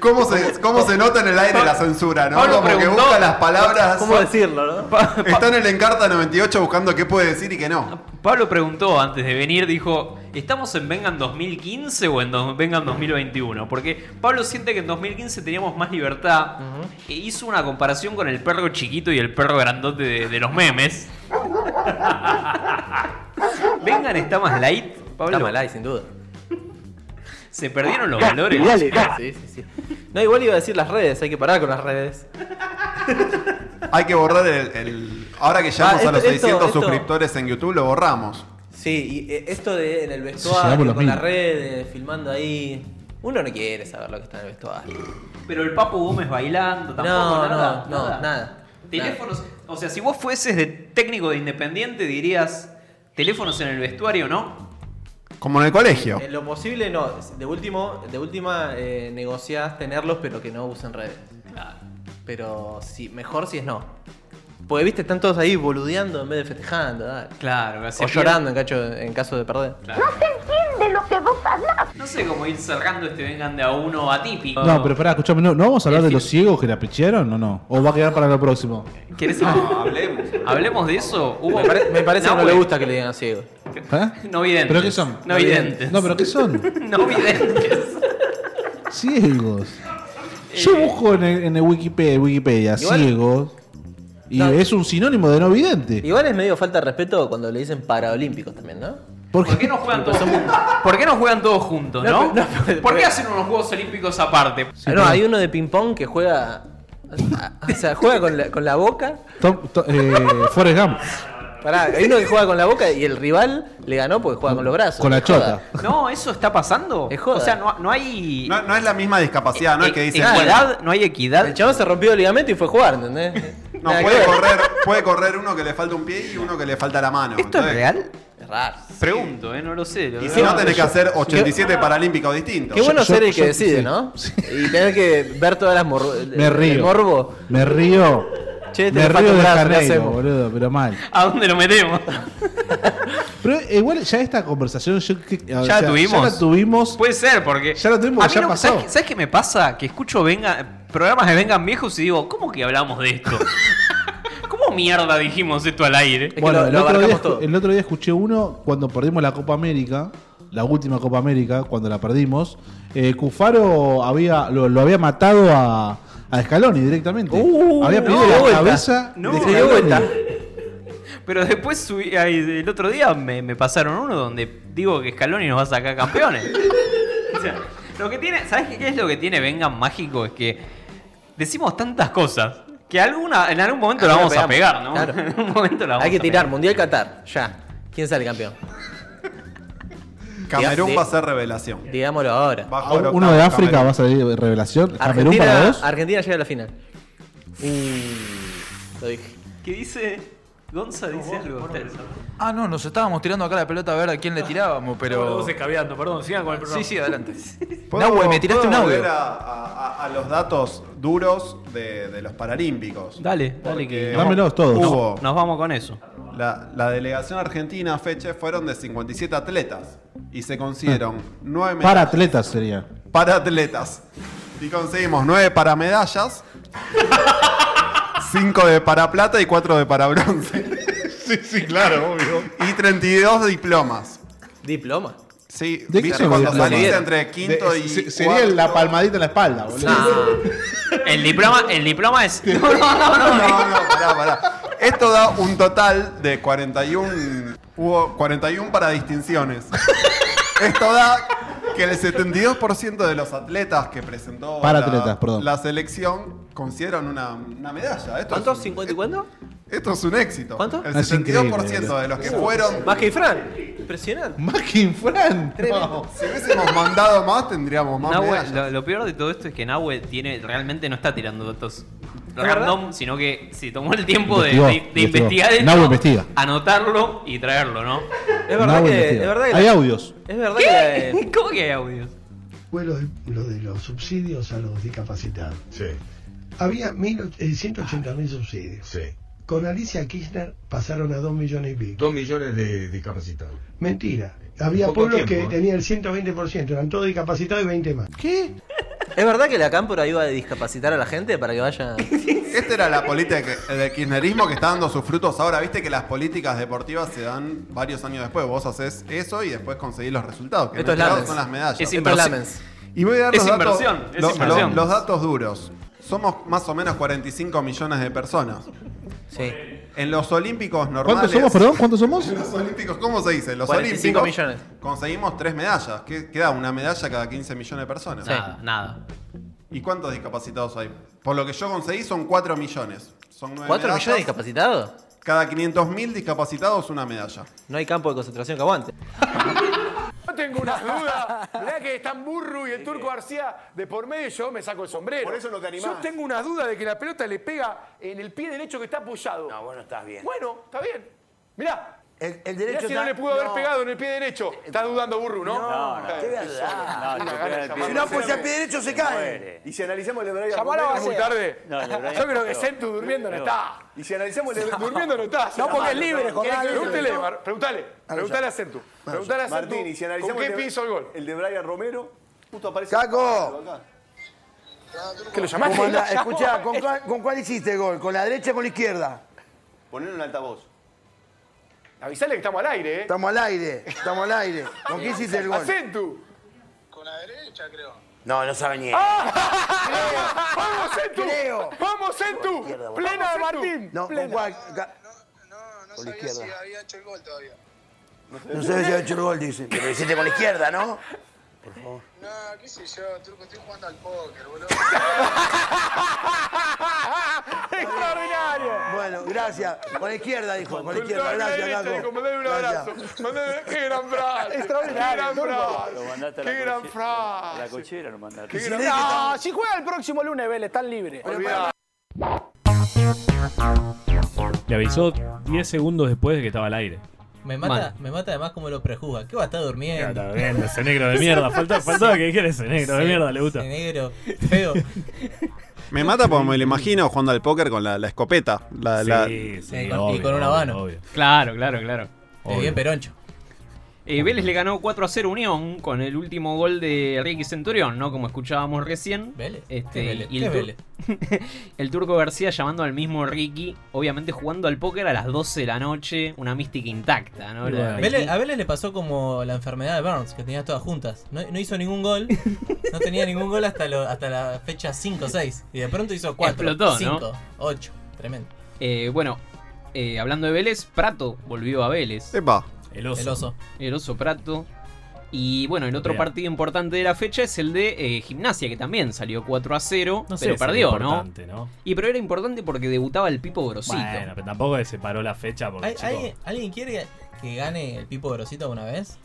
[SPEAKER 11] ¿Cómo se, cómo se nota en el aire la censura, no?
[SPEAKER 9] Pablo
[SPEAKER 11] Como que
[SPEAKER 9] preguntó-
[SPEAKER 11] busca las palabras.
[SPEAKER 9] ¿Cómo decirlo, no?
[SPEAKER 11] Está en el Encarta 98 buscando qué puede decir y qué no.
[SPEAKER 10] Ah, Pablo preguntó antes de venir, dijo, ¿estamos en Vengan 2015 o en do- Vengan 2021? Porque Pablo siente que en 2015 teníamos más libertad. E hizo una comparación con el perro chiquito y el perro grandote de, de los memes. Vengan, está más light. Pablo.
[SPEAKER 9] Está mal ahí, sin duda.
[SPEAKER 10] Se perdieron los valores.
[SPEAKER 9] Sí, sí, sí. No, igual iba a decir las redes, hay que parar con las redes.
[SPEAKER 11] Hay que borrar el. el- ahora que llegamos
[SPEAKER 9] Ah,
[SPEAKER 11] a los
[SPEAKER 9] esto-
[SPEAKER 11] 600
[SPEAKER 9] esto-
[SPEAKER 11] suscriptores en YouTube, lo borramos.
[SPEAKER 9] Sí, y eh, esto de en el
[SPEAKER 11] llegamos a
[SPEAKER 9] vestuario,
[SPEAKER 11] los
[SPEAKER 9] con
[SPEAKER 11] mil.
[SPEAKER 9] las redes, filmando ahí. Uno no quiere saber lo que está en el vestuario.
[SPEAKER 10] Pero el Papo Gómez bailando, tampoco
[SPEAKER 9] No,
[SPEAKER 10] nada.
[SPEAKER 9] no, no, nada.
[SPEAKER 10] Teléfonos. O sea, si vos fueses de técnico de independiente, dirías teléfonos en el vestuario, ¿no?
[SPEAKER 11] Como en el colegio.
[SPEAKER 9] En lo posible no, de último, de última eh, negociás tenerlos pero que no usen redes. Pero sí, mejor si es no. Porque viste, están todos ahí boludeando en vez de festejando, dale.
[SPEAKER 10] Claro,
[SPEAKER 9] O llorando en, cacho- en caso de perder.
[SPEAKER 10] de lo que vos No sé cómo ir cerrando este vengan de a uno atípico.
[SPEAKER 18] No, pero pará, escuchame, ¿no, no vamos a hablar de los ciegos que la pichearon o no? ¿O va a quedar para lo próximo?
[SPEAKER 10] ¿Querés hablemos. Hablemos de eso. Hubo-
[SPEAKER 9] Me, pare- me parece que no le
[SPEAKER 10] Nahue.
[SPEAKER 9] gusta que le digan ciego.
[SPEAKER 18] ¿Eh?
[SPEAKER 10] No videntes.
[SPEAKER 18] ¿Pero qué son?
[SPEAKER 10] No videntes.
[SPEAKER 18] No, pero ¿qué son?
[SPEAKER 10] No videntes.
[SPEAKER 18] Ciegos. Yo
[SPEAKER 9] Eh,
[SPEAKER 18] busco en, el- en el Wikipedia, Wikipedia
[SPEAKER 9] Igual-
[SPEAKER 18] ciegos y es un sinónimo de no vidente.
[SPEAKER 9] Igual es medio falta de respeto cuando le dicen paraolímpicos también, ¿no?
[SPEAKER 18] ¿Por
[SPEAKER 10] qué no juegan todos juntos? ¿Por qué no juegan todos juntos, no? ¿Por qué hacen unos Juegos Olímpicos aparte?
[SPEAKER 9] Ah, no, hay uno de ping-pong que juega. O sea, juega con la, con la boca.
[SPEAKER 18] Tom- to- eh, Forrest Gump.
[SPEAKER 9] Pará, hay uno que juega con la boca y el rival le ganó porque juega con los brazos.
[SPEAKER 18] Con la
[SPEAKER 9] Es joda.
[SPEAKER 10] No, eso está pasando.
[SPEAKER 9] Es joda.
[SPEAKER 10] O sea, no, no hay. E-
[SPEAKER 11] No, no es la misma discapacidad, no es que dice.
[SPEAKER 10] Equidad, no hay equidad.
[SPEAKER 9] El chabón se rompió el ligamento y fue a jugar, ¿entendés?
[SPEAKER 11] No, puede correr, puede correr uno que le falta un pie y uno que le falta la mano. ¿Esto es
[SPEAKER 10] real?
[SPEAKER 9] Es raro.
[SPEAKER 10] Pregunto, ¿eh? No lo sé. la
[SPEAKER 11] Y
[SPEAKER 10] verdad.
[SPEAKER 11] si no, tenés que hacer 87 paralímpicos distintos.
[SPEAKER 9] Qué bueno ser el que decide, ¿no? Y tener que Eh, ver todas las morbo.
[SPEAKER 18] Me río.
[SPEAKER 9] morbo.
[SPEAKER 18] Me río.
[SPEAKER 9] Che, te
[SPEAKER 18] me
[SPEAKER 9] falta
[SPEAKER 18] río
[SPEAKER 9] un
[SPEAKER 18] de
[SPEAKER 9] brazo, ¿qué
[SPEAKER 18] Janeiro,
[SPEAKER 9] hacemos?
[SPEAKER 18] boludo, pero mal.
[SPEAKER 10] ¿A dónde lo metemos?
[SPEAKER 18] Pero igual ya esta conversación yo, que-
[SPEAKER 10] Ya
[SPEAKER 18] o sea,
[SPEAKER 10] la tuvimos.
[SPEAKER 18] Ya la tuvimos.
[SPEAKER 10] Puede ser, porque. Ya
[SPEAKER 18] lo tuvimos, ya pasó.
[SPEAKER 10] ¿sabes, ¿Sabes qué me pasa? Que escucho venga, programas de Vengan Viejos y digo, ¿cómo que hablamos de esto? ¿Cómo mierda dijimos esto al aire?
[SPEAKER 18] Bueno, el, otro día, el otro día escuché uno cuando perdimos la Copa América, la última Copa América, cuando la perdimos. eh, Cufaro había, lo, lo había matado a, a Scaloni directamente. había pedido
[SPEAKER 10] Uh, no,
[SPEAKER 18] la
[SPEAKER 10] vuelta.
[SPEAKER 18] cabeza
[SPEAKER 10] No,
[SPEAKER 18] de
[SPEAKER 10] se dio
[SPEAKER 18] Scaloni.
[SPEAKER 10] vuelta. Pero después subí- ay, el otro día me, me pasaron uno donde digo que Scaloni nos va a sacar campeones. O sea, lo que tiene, ¿sabes qué es lo que tiene Vengan Mágico? Es que decimos tantas cosas que alguna, en algún momento la
[SPEAKER 9] Ahora
[SPEAKER 10] vamos a pegar, ¿no?
[SPEAKER 9] Ah, pegamos, claro.
[SPEAKER 10] En un momento la vamos
[SPEAKER 9] Hay que
[SPEAKER 10] a
[SPEAKER 9] tirar,
[SPEAKER 10] pegar.
[SPEAKER 9] Mundial Qatar, ya. ¿Quién sale campeón?
[SPEAKER 11] Camerún
[SPEAKER 9] Diga-
[SPEAKER 11] va a ser revelación.
[SPEAKER 9] Digámoslo ahora.
[SPEAKER 18] Uno de África va a salir de revelación. Camerún
[SPEAKER 9] Argentina,
[SPEAKER 18] para dos.
[SPEAKER 9] Argentina llega a la final. Uh, Lo dije.
[SPEAKER 10] ¿Qué dice? Gonza eh, dice algo. ustedes, ¿no?
[SPEAKER 5] Ah, no, nos estábamos tirando acá la pelota a ver a quién le tirábamos, pero.
[SPEAKER 12] Todos escabeando, perdón, sigan con el programa.
[SPEAKER 5] Sí, sí, adelante.
[SPEAKER 11] ¿Puedo-
[SPEAKER 5] Nahue, me tiraste
[SPEAKER 11] puedo
[SPEAKER 5] un audio.
[SPEAKER 11] volver A, a- a- a los datos duros de, de los paralímpicos.
[SPEAKER 10] Dale, dale que.
[SPEAKER 18] Dámelos todos.
[SPEAKER 11] Hubo-
[SPEAKER 10] Nos vamos con eso.
[SPEAKER 11] La, la delegación argentina feche fueron de 57 atletas y se consiguieron 9
[SPEAKER 18] Para atletas sería.
[SPEAKER 11] para atletas. Y conseguimos 9 para medallas, 5 de para plata y 4 de para bronce.
[SPEAKER 9] Sí, sí, claro, obvio.
[SPEAKER 11] Y 32 diplomas.
[SPEAKER 9] ¿Diploma?
[SPEAKER 11] Sí,
[SPEAKER 18] ¿De
[SPEAKER 11] viste
[SPEAKER 18] qué son
[SPEAKER 11] cuando
[SPEAKER 18] los diplomas?
[SPEAKER 11] saliste entre quinto
[SPEAKER 18] De-
[SPEAKER 11] y.
[SPEAKER 18] se- Sería la palmadita en la espalda, boludo.
[SPEAKER 10] El diploma, el diploma es. No,
[SPEAKER 11] no, no, no, no, pará, pará. Esto da un total de 41. Hubo 41 para distinciones. Esto da que el 72% de los atletas que presentó
[SPEAKER 18] Para
[SPEAKER 11] la,
[SPEAKER 18] atletas, perdón.
[SPEAKER 11] la selección consideran una, una medalla. Esto
[SPEAKER 9] ¿Cuántos?
[SPEAKER 11] es-
[SPEAKER 9] ¿50 y cuánto?
[SPEAKER 11] Esto es un éxito.
[SPEAKER 9] ¿Cuánto?
[SPEAKER 11] El
[SPEAKER 18] Es
[SPEAKER 11] 72%
[SPEAKER 18] increíble,
[SPEAKER 11] de los que
[SPEAKER 9] Uh,
[SPEAKER 11] fueron.
[SPEAKER 9] Más que Fran. Impresionante.
[SPEAKER 18] Más que Infran.
[SPEAKER 11] Si hubiésemos mandado más, tendríamos más
[SPEAKER 10] Nahue,
[SPEAKER 11] medallas.
[SPEAKER 10] lo, lo peor de todo esto es que Nahue tiene, realmente no está tirando datos
[SPEAKER 9] verdad?
[SPEAKER 10] random, sino que se tomó el tiempo de,
[SPEAKER 18] Investigó,
[SPEAKER 10] de- de
[SPEAKER 18] investigó.
[SPEAKER 10] investigar esto,
[SPEAKER 18] Nahue investiga.
[SPEAKER 10] anotarlo y traerlo, ¿no?
[SPEAKER 9] Es verdad
[SPEAKER 18] Nahue
[SPEAKER 9] que.
[SPEAKER 18] investiga.
[SPEAKER 9] Es verdad que
[SPEAKER 18] Hay
[SPEAKER 9] la-
[SPEAKER 18] audios.
[SPEAKER 9] Es verdad
[SPEAKER 10] ¿Qué?
[SPEAKER 9] que. la-
[SPEAKER 10] ¿Cómo que hay audios?
[SPEAKER 20] Fue lo de, lo de los subsidios a los discapacitados. Había eh, 180.000 subsidios. Con Alicia Kirchner pasaron a 2 millones y pico.
[SPEAKER 6] Dos millones de discapacitados.
[SPEAKER 20] Mentira. Había
[SPEAKER 6] Poco
[SPEAKER 20] pueblos
[SPEAKER 6] tiempo,
[SPEAKER 20] que
[SPEAKER 6] ¿eh?
[SPEAKER 20] tenían el 120%, eran todos discapacitados y 20 más.
[SPEAKER 9] ¿Qué? ¿Es verdad que la cámpora iba a discapacitar a la gente para que vaya.
[SPEAKER 11] Esta era la política que- del kirchnerismo que está dando sus frutos ahora. Viste que las políticas deportivas se dan varios años después. Vos haces eso y después conseguís los resultados. Que en
[SPEAKER 9] Esto es
[SPEAKER 11] este caso
[SPEAKER 9] Lamens.
[SPEAKER 11] son las
[SPEAKER 9] Es
[SPEAKER 11] medallas.
[SPEAKER 9] Esto es inversión. Lamens.
[SPEAKER 11] Y voy a dar
[SPEAKER 9] Es
[SPEAKER 11] los datos,
[SPEAKER 9] inversión, es
[SPEAKER 11] lo- lo-
[SPEAKER 9] inversión.
[SPEAKER 11] los datos duros. Somos más o menos 45 millones de personas.
[SPEAKER 9] Sí.
[SPEAKER 11] En los olímpicos normales.
[SPEAKER 27] ¿Cuántos somos, perdón? ¿Cuántos somos?
[SPEAKER 11] En los olímpicos, ¿cómo se dice? En los
[SPEAKER 15] 45
[SPEAKER 11] olímpicos.
[SPEAKER 15] millones.
[SPEAKER 11] Conseguimos tres medallas. ¿Qué queda? Una medalla cada 15 millones de personas.
[SPEAKER 15] Sí. Nada, nada.
[SPEAKER 11] ¿Y cuántos discapacitados hay? Por lo que yo conseguí son 4 millones. Son nueve
[SPEAKER 15] ¿Cuatro
[SPEAKER 11] medallas.
[SPEAKER 15] millones discapacitados?
[SPEAKER 11] Cada 500.000 discapacitados una medalla.
[SPEAKER 15] No hay campo de concentración que aguante.
[SPEAKER 1] Yo tengo una duda. La que están Burru y el Turco García de por medio, yo me saco el sombrero.
[SPEAKER 8] Por eso no te animás.
[SPEAKER 1] Yo tengo una duda de que la pelota le pega en el pie derecho que está apoyado. No, bueno, estás bien. Bueno, está bien. Mirá.
[SPEAKER 8] El,
[SPEAKER 1] Mirá
[SPEAKER 8] derecho
[SPEAKER 1] si no
[SPEAKER 8] está-
[SPEAKER 1] le pudo haber
[SPEAKER 8] no.
[SPEAKER 1] pegado en el pie derecho. Estás dudando, Burru, ¿no?
[SPEAKER 8] No, no, ¿qué voy a dudar? No, te pega el pie. Si no, pues el pie derecho se cae. Y si analizamos el Hebraico.
[SPEAKER 1] Llamalo a Basea. Muy tarde.
[SPEAKER 8] No, el Hebraico-
[SPEAKER 1] Yo creo que Centu durmiendo no está.
[SPEAKER 8] Y si analizamos el
[SPEAKER 1] Dur-
[SPEAKER 8] Hebraico-
[SPEAKER 1] Durmiendo no está.
[SPEAKER 8] No, porque es libre, Jordán.
[SPEAKER 1] Pregúntele,
[SPEAKER 8] Libre.
[SPEAKER 1] Mar- pregúntale.
[SPEAKER 8] Ah,
[SPEAKER 1] Pregúntale
[SPEAKER 8] ya.
[SPEAKER 1] a Centu.
[SPEAKER 8] Ah,
[SPEAKER 1] Pregúntale a Centu.
[SPEAKER 8] Martín, y si analizamos
[SPEAKER 1] ¿Con qué
[SPEAKER 8] el de-
[SPEAKER 1] piso el gol?
[SPEAKER 8] El de Brian Romero, justo aparece.
[SPEAKER 1] ¡Caco!
[SPEAKER 8] Acá.
[SPEAKER 1] ¿Que lo llamaste?
[SPEAKER 8] ¿Cómo andás?
[SPEAKER 1] Lo llamó.
[SPEAKER 8] Escuchá, ¿con cuál, ¿con cuál hiciste el gol? ¿Con la derecha o con la izquierda?
[SPEAKER 11] Poner un altavoz.
[SPEAKER 1] Avisale que estamos al aire, ¿eh?
[SPEAKER 8] Estamos al aire, estamos al aire. ¿Con qué hiciste el gol?
[SPEAKER 1] Acentu.
[SPEAKER 8] No, no sabe ni
[SPEAKER 23] ¡Ah!
[SPEAKER 8] él.
[SPEAKER 1] ¡Vamos, Centu!
[SPEAKER 8] Creo.
[SPEAKER 1] ¡Vamos, Centu! ¡Plena de Martín!
[SPEAKER 8] No, ¿con
[SPEAKER 1] Plena.
[SPEAKER 8] cuál? Ca- con la izquierda. No sabía si había hecho el gol, dice. Pero lo hiciste con la izquierda, ¿no? Por favor.
[SPEAKER 4] qué sé yo, truco, estoy jugando al póker, boludo.
[SPEAKER 1] ¡Extraordinario!
[SPEAKER 8] Bueno, gracias. Con la izquierda, dijo. Con la izquierda,
[SPEAKER 1] Cultural
[SPEAKER 8] gracias,
[SPEAKER 1] derecha,
[SPEAKER 8] Caco.
[SPEAKER 1] dijo, Mandale un abrazo. Mandale, ¡Qué gran frase!
[SPEAKER 8] Extraordinario,
[SPEAKER 1] ¡Qué gran
[SPEAKER 8] Turco.
[SPEAKER 1] frase!
[SPEAKER 8] Lo mandaste a la
[SPEAKER 1] ¡Qué gran
[SPEAKER 8] coche-
[SPEAKER 1] frase!
[SPEAKER 8] la cochera lo mandaste.
[SPEAKER 1] ¡Qué
[SPEAKER 8] Si
[SPEAKER 1] gran
[SPEAKER 8] le-
[SPEAKER 6] No, Ah, si juega el próximo lunes, Vélez, están libres.
[SPEAKER 1] Olvidá.
[SPEAKER 12] Le avisó 10 segundos después de que estaba al aire.
[SPEAKER 9] Me mata, me mata además como lo prejuga. ¿Qué va a estar durmiendo?
[SPEAKER 12] Está bien, ese negro de mierda. Faltó- faltaba que dijera ese negro de mierda, le gusta.
[SPEAKER 9] Ese negro, feo.
[SPEAKER 11] Me mata porque me lo imagino jugando al póker con la, la escopeta. La, la-
[SPEAKER 9] Sí, con- y con un habano.
[SPEAKER 10] Claro, claro, claro.
[SPEAKER 9] Eh, bien peroncho.
[SPEAKER 10] Eh, Vélez le ganó 4 a 0 Unión con el último gol de Ricky Centurión, ¿no? Como escuchábamos recién. Este,
[SPEAKER 9] ¿Qué Vélez?
[SPEAKER 10] y el,
[SPEAKER 9] ¿Qué
[SPEAKER 10] tur-
[SPEAKER 9] Vélez?
[SPEAKER 10] el turco García llamando al mismo Ricky, obviamente jugando al póker a las 12 de la noche, una mística intacta, ¿no? La Ricky.
[SPEAKER 9] Vélez- a Vélez le pasó como la enfermedad de Burns, que tenía todas juntas. No, no hizo ningún gol. No tenía ningún gol hasta, lo- hasta la fecha 5 o 6. Y de pronto hizo 4,
[SPEAKER 10] Explotó, ¿no?
[SPEAKER 9] 5, 8. Tremendo.
[SPEAKER 10] Eh, bueno, eh, hablando de Vélez, Prato volvió a Vélez.
[SPEAKER 11] Epa.
[SPEAKER 12] El
[SPEAKER 9] oso. El oso.
[SPEAKER 10] El oso Prato. Y bueno, el otro
[SPEAKER 9] Real.
[SPEAKER 10] partido importante de la fecha es el de eh, Gimnasia, que también salió 4 a 0,
[SPEAKER 12] No sé
[SPEAKER 10] pero
[SPEAKER 12] si era
[SPEAKER 10] perdió, ¿no?
[SPEAKER 12] importante, ¿no?
[SPEAKER 10] Y pero era importante porque debutaba el Pipo Grosito.
[SPEAKER 12] Bueno, pero tampoco se paró la fecha porque,
[SPEAKER 9] ¿Hay-
[SPEAKER 12] chico,
[SPEAKER 9] hay- ¿Alguien quiere que gane el Pipo Grosito alguna vez?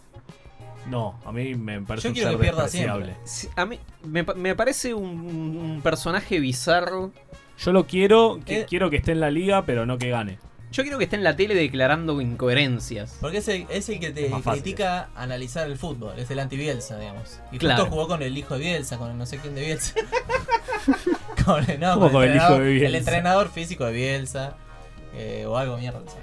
[SPEAKER 12] No, a mí me parece
[SPEAKER 9] Yo
[SPEAKER 12] un
[SPEAKER 9] quiero
[SPEAKER 12] ser
[SPEAKER 9] que pierda
[SPEAKER 12] despreciable.
[SPEAKER 9] siempre.
[SPEAKER 10] Sí, a mí me, pa- me parece un, un personaje bizarro.
[SPEAKER 12] Yo lo quiero, que,
[SPEAKER 10] Eh.
[SPEAKER 12] quiero que esté en la liga, pero no que gane.
[SPEAKER 10] Yo creo que está en la tele declarando incoherencias.
[SPEAKER 9] Porque es el, es el que te
[SPEAKER 10] más fácil.
[SPEAKER 9] critica analizar el fútbol. Es el anti-Bielsa, digamos. Y
[SPEAKER 10] Claro.
[SPEAKER 9] justo jugó con el hijo de Bielsa, con el no sé quién de Bielsa. con, el- no,
[SPEAKER 12] ¿Cómo con el hijo
[SPEAKER 9] entrenador-
[SPEAKER 12] de Bielsa?
[SPEAKER 9] El entrenador físico de Bielsa. eh, o algo mierda. no sé.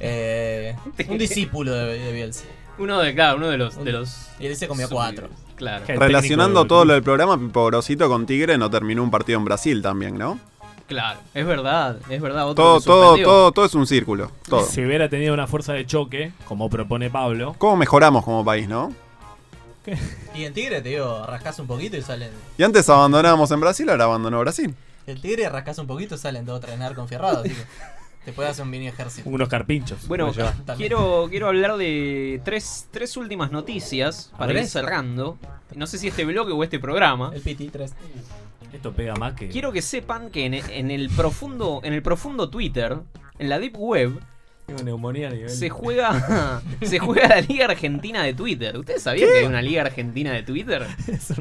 [SPEAKER 9] Eh, un discípulo de, de Bielsa.
[SPEAKER 10] Uno de cada uno de los. De los
[SPEAKER 9] Y él se comió cuatro.
[SPEAKER 10] Claro.
[SPEAKER 11] Relacionando todo lo del programa, Pipo Grosito con Tigre no terminó un partido en Brasil también, ¿no?
[SPEAKER 10] Claro, es verdad, es verdad. Otro
[SPEAKER 11] Todo,
[SPEAKER 10] que
[SPEAKER 11] todo,
[SPEAKER 10] sorprendió.
[SPEAKER 11] todo, todo es un círculo. Todo.
[SPEAKER 12] Si hubiera tenido una fuerza de choque, como propone Pablo,
[SPEAKER 11] ¿Cómo mejoramos como país, no?
[SPEAKER 9] Y en Tigre, te digo, rascas un poquito y salen.
[SPEAKER 11] Y antes abandonábamos en Brasil, ahora abandonó Brasil.
[SPEAKER 9] El Tigre rascas un poquito y salen dos o tres narcos enfierrados. así que te puede hacer un mini ejército.
[SPEAKER 12] unos carpinchos.
[SPEAKER 10] Bueno,
[SPEAKER 12] Como yo.
[SPEAKER 10] quiero, quiero hablar de tres, tres últimas noticias para
[SPEAKER 12] ver.
[SPEAKER 10] ir cerrando. No sé si este bloque o este programa.
[SPEAKER 9] El PT 3.
[SPEAKER 12] esto pega más que.
[SPEAKER 10] Quiero que sepan que en, en el profundo, en el profundo Twitter, en la deep web,
[SPEAKER 12] Tengo neumonía a nivel.
[SPEAKER 10] se juega, se juega la Liga Argentina de Twitter. ¿Ustedes sabían que hay una Liga Argentina de Twitter?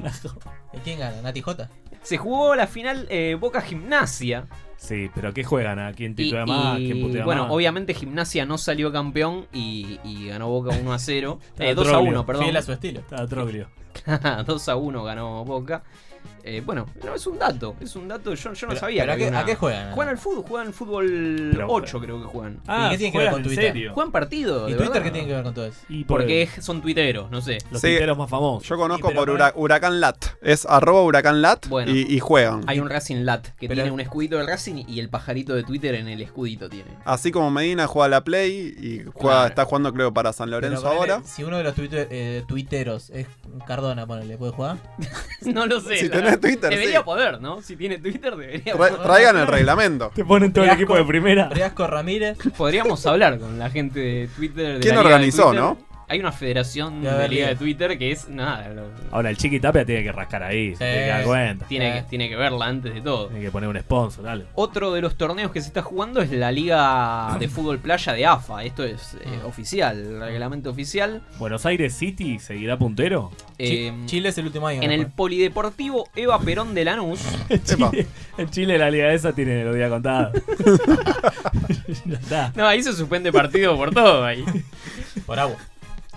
[SPEAKER 9] ¿Y quién gana? ¿Nati J?
[SPEAKER 10] Se jugó la final eh, Boca Gimnasia.
[SPEAKER 12] Sí, pero ¿qué juegan? ¿A quién
[SPEAKER 10] Y,
[SPEAKER 12] titula más? ¿A quién
[SPEAKER 10] y,
[SPEAKER 12] putea
[SPEAKER 10] bueno,
[SPEAKER 12] más?
[SPEAKER 10] obviamente Gimnasia no salió campeón y, y ganó Boca 1 a 0.
[SPEAKER 12] Estaba
[SPEAKER 10] Eh, 2 a
[SPEAKER 12] Troglio.
[SPEAKER 10] 1, perdón.
[SPEAKER 9] Fiel a su estilo.
[SPEAKER 12] Estaba Troglio.
[SPEAKER 10] 2 a 1 ganó Boca. Eh, bueno, no, es un dato, es un dato, yo, yo no
[SPEAKER 9] Pero-
[SPEAKER 10] sabía.
[SPEAKER 9] pero ¿a
[SPEAKER 10] que
[SPEAKER 9] qué-
[SPEAKER 10] había
[SPEAKER 9] a qué juegan?
[SPEAKER 10] Juegan al fútbol, juegan al fútbol 8 creo que juegan.
[SPEAKER 9] Ah, ¿Y qué tiene que ver con Twitter?
[SPEAKER 10] Juegan partidos.
[SPEAKER 9] ¿Y
[SPEAKER 10] de
[SPEAKER 9] Twitter
[SPEAKER 10] verdad.
[SPEAKER 9] qué tiene que ver con todo eso?
[SPEAKER 12] Y
[SPEAKER 10] Porque es- son tuiteros, no sé.
[SPEAKER 11] Sí, Yo conozco
[SPEAKER 10] Sí, pero
[SPEAKER 11] por
[SPEAKER 10] no
[SPEAKER 11] Hura- Huracán Lat. Es arroba Huracán Lat
[SPEAKER 10] Bueno.
[SPEAKER 11] y, y juegan.
[SPEAKER 10] Hay un Racing Lat que
[SPEAKER 11] Pero-
[SPEAKER 10] tiene un escudito del Racing y el pajarito de Twitter en el escudito tiene.
[SPEAKER 11] Así como Medina juega la Play y juega, está jugando creo para San Lorenzo
[SPEAKER 9] Pero ponele,
[SPEAKER 11] ahora.
[SPEAKER 9] Si uno de los tuite- eh, tuiteros es Cardona, ponele, ¿puede jugar?
[SPEAKER 10] No lo sé.
[SPEAKER 11] Si
[SPEAKER 10] la
[SPEAKER 11] tenés tiene Twitter,
[SPEAKER 10] Debería
[SPEAKER 11] sí.
[SPEAKER 10] poder, ¿no? Si tiene Twitter, debería
[SPEAKER 11] Tra-
[SPEAKER 10] poder.
[SPEAKER 11] traigan el reglamento.
[SPEAKER 10] Te ponen todo el Riasco. equipo de primera.
[SPEAKER 28] Riasco Ramírez.
[SPEAKER 10] Podríamos hablar con la gente de Twitter. De
[SPEAKER 11] ¿Quién
[SPEAKER 10] la liga
[SPEAKER 11] organizó,
[SPEAKER 10] de Twitter.
[SPEAKER 11] no?
[SPEAKER 10] Hay una federación
[SPEAKER 28] La
[SPEAKER 10] de liga
[SPEAKER 28] liga.
[SPEAKER 10] de Twitter que es nada. lo-
[SPEAKER 12] Ahora, el Chiqui Tapia tiene que rascar ahí, se tiene que dar cuenta.
[SPEAKER 10] Tiene, que, tiene que verla antes de todo.
[SPEAKER 12] Tiene que poner un sponsor, dale.
[SPEAKER 10] Otro de los torneos que se está jugando es la Liga de Fútbol Playa de AFA. Esto es eh, oficial, el reglamento oficial.
[SPEAKER 12] ¿Buenos Aires City seguirá puntero?
[SPEAKER 10] Eh,
[SPEAKER 28] Chile es el último año.
[SPEAKER 10] En el Polideportivo Eva Perón de Lanús.
[SPEAKER 12] En Chile la liga esa tiene los días contados.
[SPEAKER 10] No, ahí se suspende partido por todo. Ahí.
[SPEAKER 28] Por agua.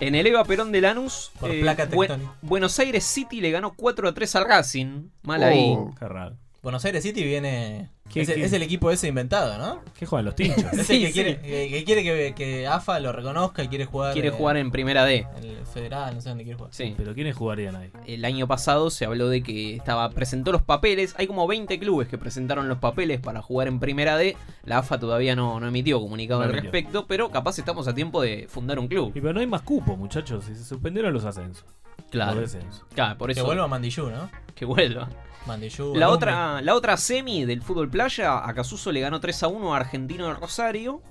[SPEAKER 10] En el Eva Perón de Lanús,
[SPEAKER 28] Por
[SPEAKER 10] eh,
[SPEAKER 28] placa
[SPEAKER 10] Bue-
[SPEAKER 28] tectónica.
[SPEAKER 10] Buenos Aires City le ganó 4 a 3 al Racing. Mal ahí.
[SPEAKER 12] Qué raro.
[SPEAKER 28] Buenos Aires City viene.
[SPEAKER 10] ¿Qué-
[SPEAKER 28] Es,
[SPEAKER 10] qué?
[SPEAKER 28] es el equipo ese inventado, ¿no?
[SPEAKER 12] ¿Qué juegan los tinchos?
[SPEAKER 28] Es
[SPEAKER 10] Sí,
[SPEAKER 28] el que
[SPEAKER 10] sí.
[SPEAKER 28] quiere, que, que quiere que, que AFA lo reconozca y quiere jugar.
[SPEAKER 10] Quiere
[SPEAKER 28] eh,
[SPEAKER 10] jugar en Primera D.
[SPEAKER 28] en el Federal, no sé dónde quiere jugar.
[SPEAKER 10] Sí.
[SPEAKER 12] ¿Pero quiénes jugarían ahí?
[SPEAKER 10] El año pasado se habló de que estaba presentó los papeles. Hay como 20 clubes que presentaron los papeles para jugar en Primera D. La AFA todavía no, no emitió comunicado
[SPEAKER 12] No
[SPEAKER 10] al
[SPEAKER 12] emitió.
[SPEAKER 10] respecto, pero capaz estamos a tiempo de fundar un club.
[SPEAKER 12] Y pero no hay más cupo, muchachos. Si se suspendieron los ascensos.
[SPEAKER 10] Claro.
[SPEAKER 12] Los descensos.
[SPEAKER 10] Claro, por eso.
[SPEAKER 28] Que vuelva Mandillú, ¿no?
[SPEAKER 10] Que vuelva.
[SPEAKER 28] Mandillú.
[SPEAKER 10] La
[SPEAKER 28] Alumni.
[SPEAKER 10] otra, la otra semi del fútbol playa, Acasuso le ganó 3 a 1 a Argentino de Rosario.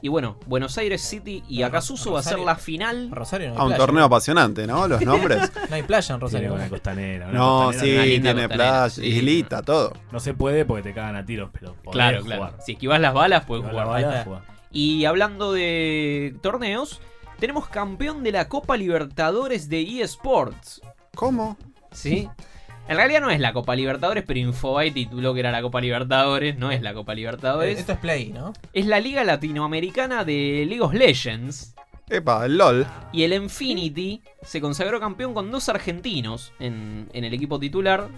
[SPEAKER 10] Y bueno, Buenos Aires City y Acasuso va a ser
[SPEAKER 28] Rosario.
[SPEAKER 10] la final.
[SPEAKER 28] Rosario no hay
[SPEAKER 11] A un
[SPEAKER 28] playa.
[SPEAKER 11] torneo apasionante, ¿no? Los nombres.
[SPEAKER 28] No hay playa en Rosario.
[SPEAKER 12] Tiene una costanera. una
[SPEAKER 11] No,
[SPEAKER 12] costanera,
[SPEAKER 11] sí,
[SPEAKER 12] una linda
[SPEAKER 11] tiene
[SPEAKER 12] costanera.
[SPEAKER 11] playa, islita, todo.
[SPEAKER 12] No se puede porque te cagan a tiros, pero podés
[SPEAKER 10] Claro,
[SPEAKER 12] jugar.
[SPEAKER 10] claro. Si esquivas las balas, puedes
[SPEAKER 12] Esquivás
[SPEAKER 10] jugar.
[SPEAKER 12] las
[SPEAKER 10] Ahí
[SPEAKER 12] balas,
[SPEAKER 10] está.
[SPEAKER 12] jugás.
[SPEAKER 10] Y hablando de torneos, tenemos campeón de la Copa Libertadores de eSports.
[SPEAKER 11] ¿Cómo?
[SPEAKER 10] Sí. En realidad no es la Copa Libertadores, pero Infobae tituló que era la Copa Libertadores. No es la Copa Libertadores.
[SPEAKER 28] Esto es Play, ¿no?
[SPEAKER 10] Es la Liga Latinoamericana de League of Legends.
[SPEAKER 11] Epa, el LOL.
[SPEAKER 10] Y el Infinity se consagró campeón con dos argentinos en, en el equipo titular.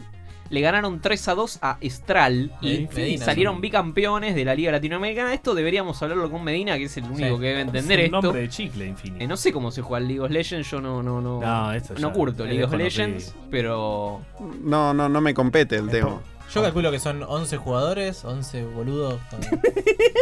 [SPEAKER 10] Le ganaron 3 a 2 a Estral
[SPEAKER 28] Sí,
[SPEAKER 10] y
[SPEAKER 28] Medina,
[SPEAKER 10] salieron
[SPEAKER 28] sí.
[SPEAKER 10] bicampeones de la Liga Latinoamericana. Esto deberíamos hablarlo con Medina, que es el único
[SPEAKER 12] Sí.
[SPEAKER 10] que debe entender
[SPEAKER 12] Es un
[SPEAKER 10] esto.
[SPEAKER 12] nombre de chicle, infinito.
[SPEAKER 10] Eh, no sé cómo se juega el League of Legends, yo no, no, no,
[SPEAKER 12] No, esto ya-
[SPEAKER 10] no curto
[SPEAKER 12] es
[SPEAKER 10] League of
[SPEAKER 12] desconocido.
[SPEAKER 10] Legends, pero
[SPEAKER 11] No, no, no me compete el tema.
[SPEAKER 28] Yo calculo que son 11 jugadores, 11 boludos con-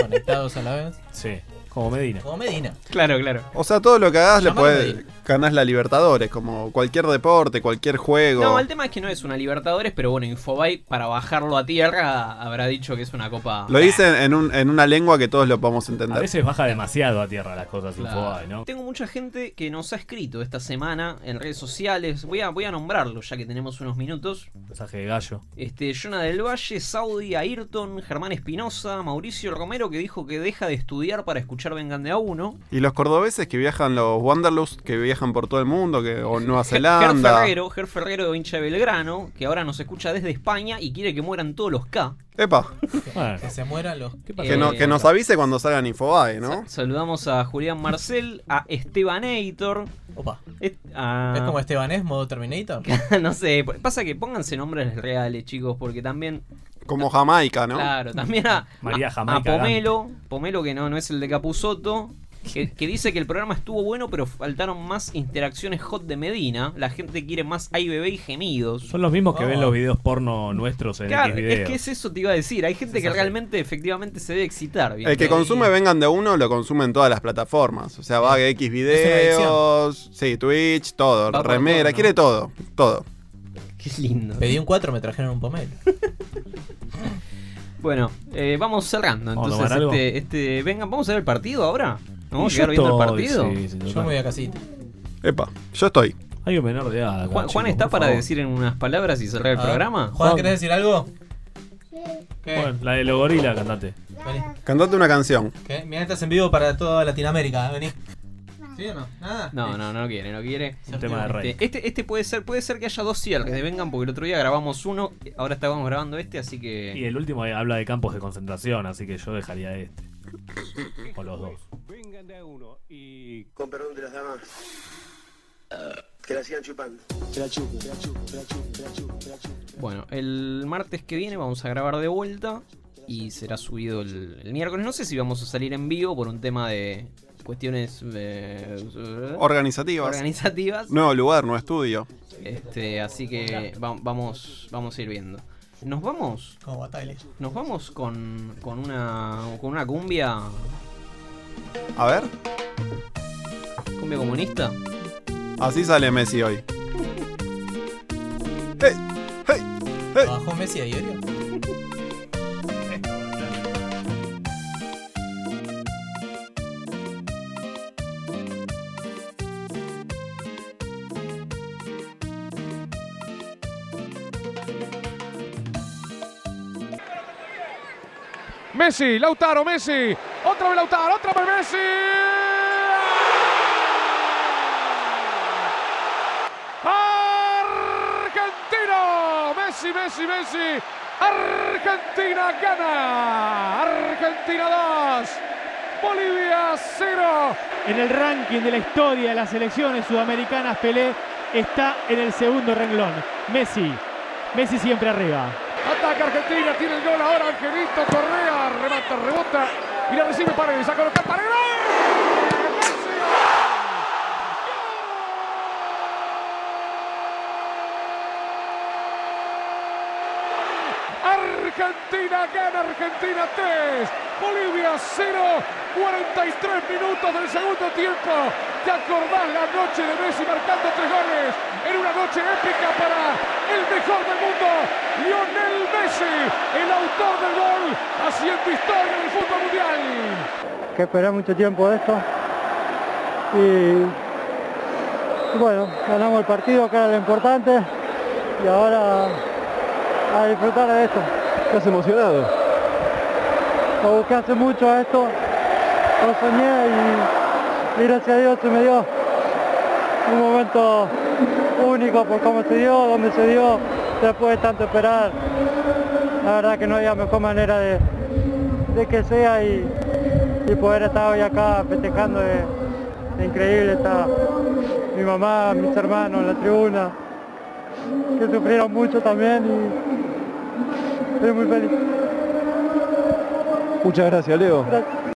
[SPEAKER 28] conectados a la vez.
[SPEAKER 12] Sí, como Medina.
[SPEAKER 28] Como Medina.
[SPEAKER 10] Claro, claro.
[SPEAKER 11] O sea, todo lo que hagas le
[SPEAKER 28] Llamalo
[SPEAKER 11] puedes ganás la Libertadores, como cualquier deporte, cualquier juego.
[SPEAKER 10] No, el tema es que no es una Libertadores, pero bueno, Infobay para bajarlo a tierra habrá dicho que es una copa.
[SPEAKER 11] Lo dicen en, un- en una lengua que todos lo podemos entender.
[SPEAKER 12] A veces baja demasiado a tierra las cosas
[SPEAKER 10] Claro.
[SPEAKER 12] Infobae, ¿no?
[SPEAKER 10] Tengo mucha gente que nos ha escrito esta semana en redes sociales. Voy a, voy a nombrarlo ya que tenemos unos minutos.
[SPEAKER 12] Mensaje de gallo.
[SPEAKER 10] Este, Jonah del Valle, Saudi, Ayrton, Germán Espinosa, Mauricio Romero que dijo que deja de estudiar para escuchar Vengan de a uno.
[SPEAKER 11] Y los cordobeses que viajan, los Wanderlust, que viajan por todo el mundo, que, o Nueva
[SPEAKER 10] Ger
[SPEAKER 11] Zelanda.
[SPEAKER 10] Ferrero, Ger Ferrero, hincha de Belgrano, que ahora nos escucha desde España y quiere que mueran todos los K. Eh,
[SPEAKER 11] Epa,
[SPEAKER 28] Que se mueran los.
[SPEAKER 11] que, no- que nos avise cuando salgan Infobae, ¿no?
[SPEAKER 10] Saludamos a Julián Marcel, a Esteban Eitor.
[SPEAKER 28] Opa.
[SPEAKER 10] a-
[SPEAKER 28] Es como Estebanés modo Terminator.
[SPEAKER 10] no sé, pasa que pónganse nombres reales, chicos, porque también
[SPEAKER 11] Como Jamaica, ¿no?
[SPEAKER 10] Claro, también a,
[SPEAKER 12] María
[SPEAKER 10] a-
[SPEAKER 12] Jamaica
[SPEAKER 10] a Pomelo, Pomelo que no, no es el de Capuzoto, que, que dice que el programa estuvo bueno, pero faltaron más interacciones hot de Medina. La gente quiere más hay bebé y gemidos.
[SPEAKER 12] Son los mismos que
[SPEAKER 10] Oh.
[SPEAKER 12] ven los videos porno nuestros en
[SPEAKER 10] Claro,
[SPEAKER 12] Xvideos.
[SPEAKER 10] es que es eso te iba a decir. Hay gente que realmente, efectivamente, se debe excitar. ¿viste?
[SPEAKER 11] El que consume Vengan de Uno lo consume en todas las plataformas. O sea, va a X videos, sí, Twitch, todo,
[SPEAKER 10] Va por
[SPEAKER 11] remera,
[SPEAKER 10] todo, ¿no?
[SPEAKER 11] quiere todo, todo.
[SPEAKER 10] Qué lindo.
[SPEAKER 28] Pedí un 4, me trajeron un pomelo.
[SPEAKER 10] Bueno, eh, vamos cerrando.
[SPEAKER 12] ¿Vamos a
[SPEAKER 10] Entonces,
[SPEAKER 12] tomar algo?
[SPEAKER 10] este, este, venga, vamos a ver el partido ahora. ¿No vamos a
[SPEAKER 12] Y
[SPEAKER 10] llegar
[SPEAKER 12] yo
[SPEAKER 10] viendo el
[SPEAKER 12] estoy,
[SPEAKER 10] partido?
[SPEAKER 12] sí, sí,
[SPEAKER 28] Yo me voy a casita.
[SPEAKER 11] Epa, yo estoy.
[SPEAKER 12] Hay un menor de edad. acá,
[SPEAKER 10] Juan, Juan
[SPEAKER 12] chicos,
[SPEAKER 10] está
[SPEAKER 12] por
[SPEAKER 10] para
[SPEAKER 12] favor.
[SPEAKER 10] decir en unas palabras y cerrar el
[SPEAKER 28] Ah,
[SPEAKER 10] programa.
[SPEAKER 28] Juan, ¿querés decir algo? ¿Qué?
[SPEAKER 12] Bueno, la de los gorilas, cantate.
[SPEAKER 28] Vení.
[SPEAKER 11] Cantate una canción.
[SPEAKER 28] ¿Qué? Mirá, estás en vivo para toda Latinoamérica. Vení. ¿Sí o no? Nada.
[SPEAKER 10] No, no, no quiere, no quiere.
[SPEAKER 12] Un tema de rey.
[SPEAKER 10] Este, este, este puede ser, puede ser que haya dos cierres de Vengan, porque el otro día grabamos uno, ahora estábamos grabando este, así
[SPEAKER 12] Y
[SPEAKER 10] que.
[SPEAKER 12] el último habla de campos de concentración, así que yo dejaría este. O los dos.
[SPEAKER 2] Con perdón de las damas. Que la sigan chupando. Que la chupen, que la chupen, que la chupen, que la chupen, que la chupen.
[SPEAKER 10] Bueno, el martes que viene vamos a grabar de vuelta y será subido el, el miércoles. No sé si vamos a salir en vivo por un tema de cuestiones eh,
[SPEAKER 11] Organizativas.
[SPEAKER 10] organizativas.
[SPEAKER 11] Nuevo lugar, nuevo estudio.
[SPEAKER 10] Este, así que va- vamos, vamos a ir viendo. Nos vamos,
[SPEAKER 28] Como Batales.
[SPEAKER 10] nos vamos con, con una con una cumbia,
[SPEAKER 11] A ver,
[SPEAKER 10] cumbia comunista.
[SPEAKER 11] así sale Messi hoy.
[SPEAKER 9] ¿Lo bajó Messi a diario?
[SPEAKER 4] Messi, Lautaro, Messi. Otra vez Lautaro, otra vez Messi. Argentino. Messi, Messi, Messi. Argentina gana. Argentina 2. Bolivia 0.
[SPEAKER 12] En el ranking de la historia de las selecciones sudamericanas, Pelé está en el segundo renglón. Messi. Messi siempre arriba.
[SPEAKER 4] Ataca Argentina, tiene el gol ahora Angelito Correa, remata, rebota y la recibe Paredes, saca los Paredes. Argentina gana, Argentina 3, Bolivia 0, 43 minutos del segundo tiempo. ¿Te acordás la noche de Messi marcando tres goles? En una noche épica para el mejor del mundo, Lionel Messi, el autor del gol, haciendo historia del fútbol mundial.
[SPEAKER 14] que esperé mucho tiempo de esto. Y bueno, ganamos el partido, que era lo importante. Y ahora a disfrutar de esto.
[SPEAKER 25] ¿Estás emocionado?
[SPEAKER 14] Lo busqué hace mucho a esto, lo soñé y, y gracias a Dios se me dio un momento único por cómo se dio, donde se dio, después de tanto esperar. La verdad que no había mejor manera de, de que sea y, y poder estar hoy acá festejando es, es increíble. Está mi mamá, mis hermanos en la tribuna, que sufrieron mucho también y estoy muy feliz.
[SPEAKER 25] Muchas gracias, Leo.
[SPEAKER 14] Gracias.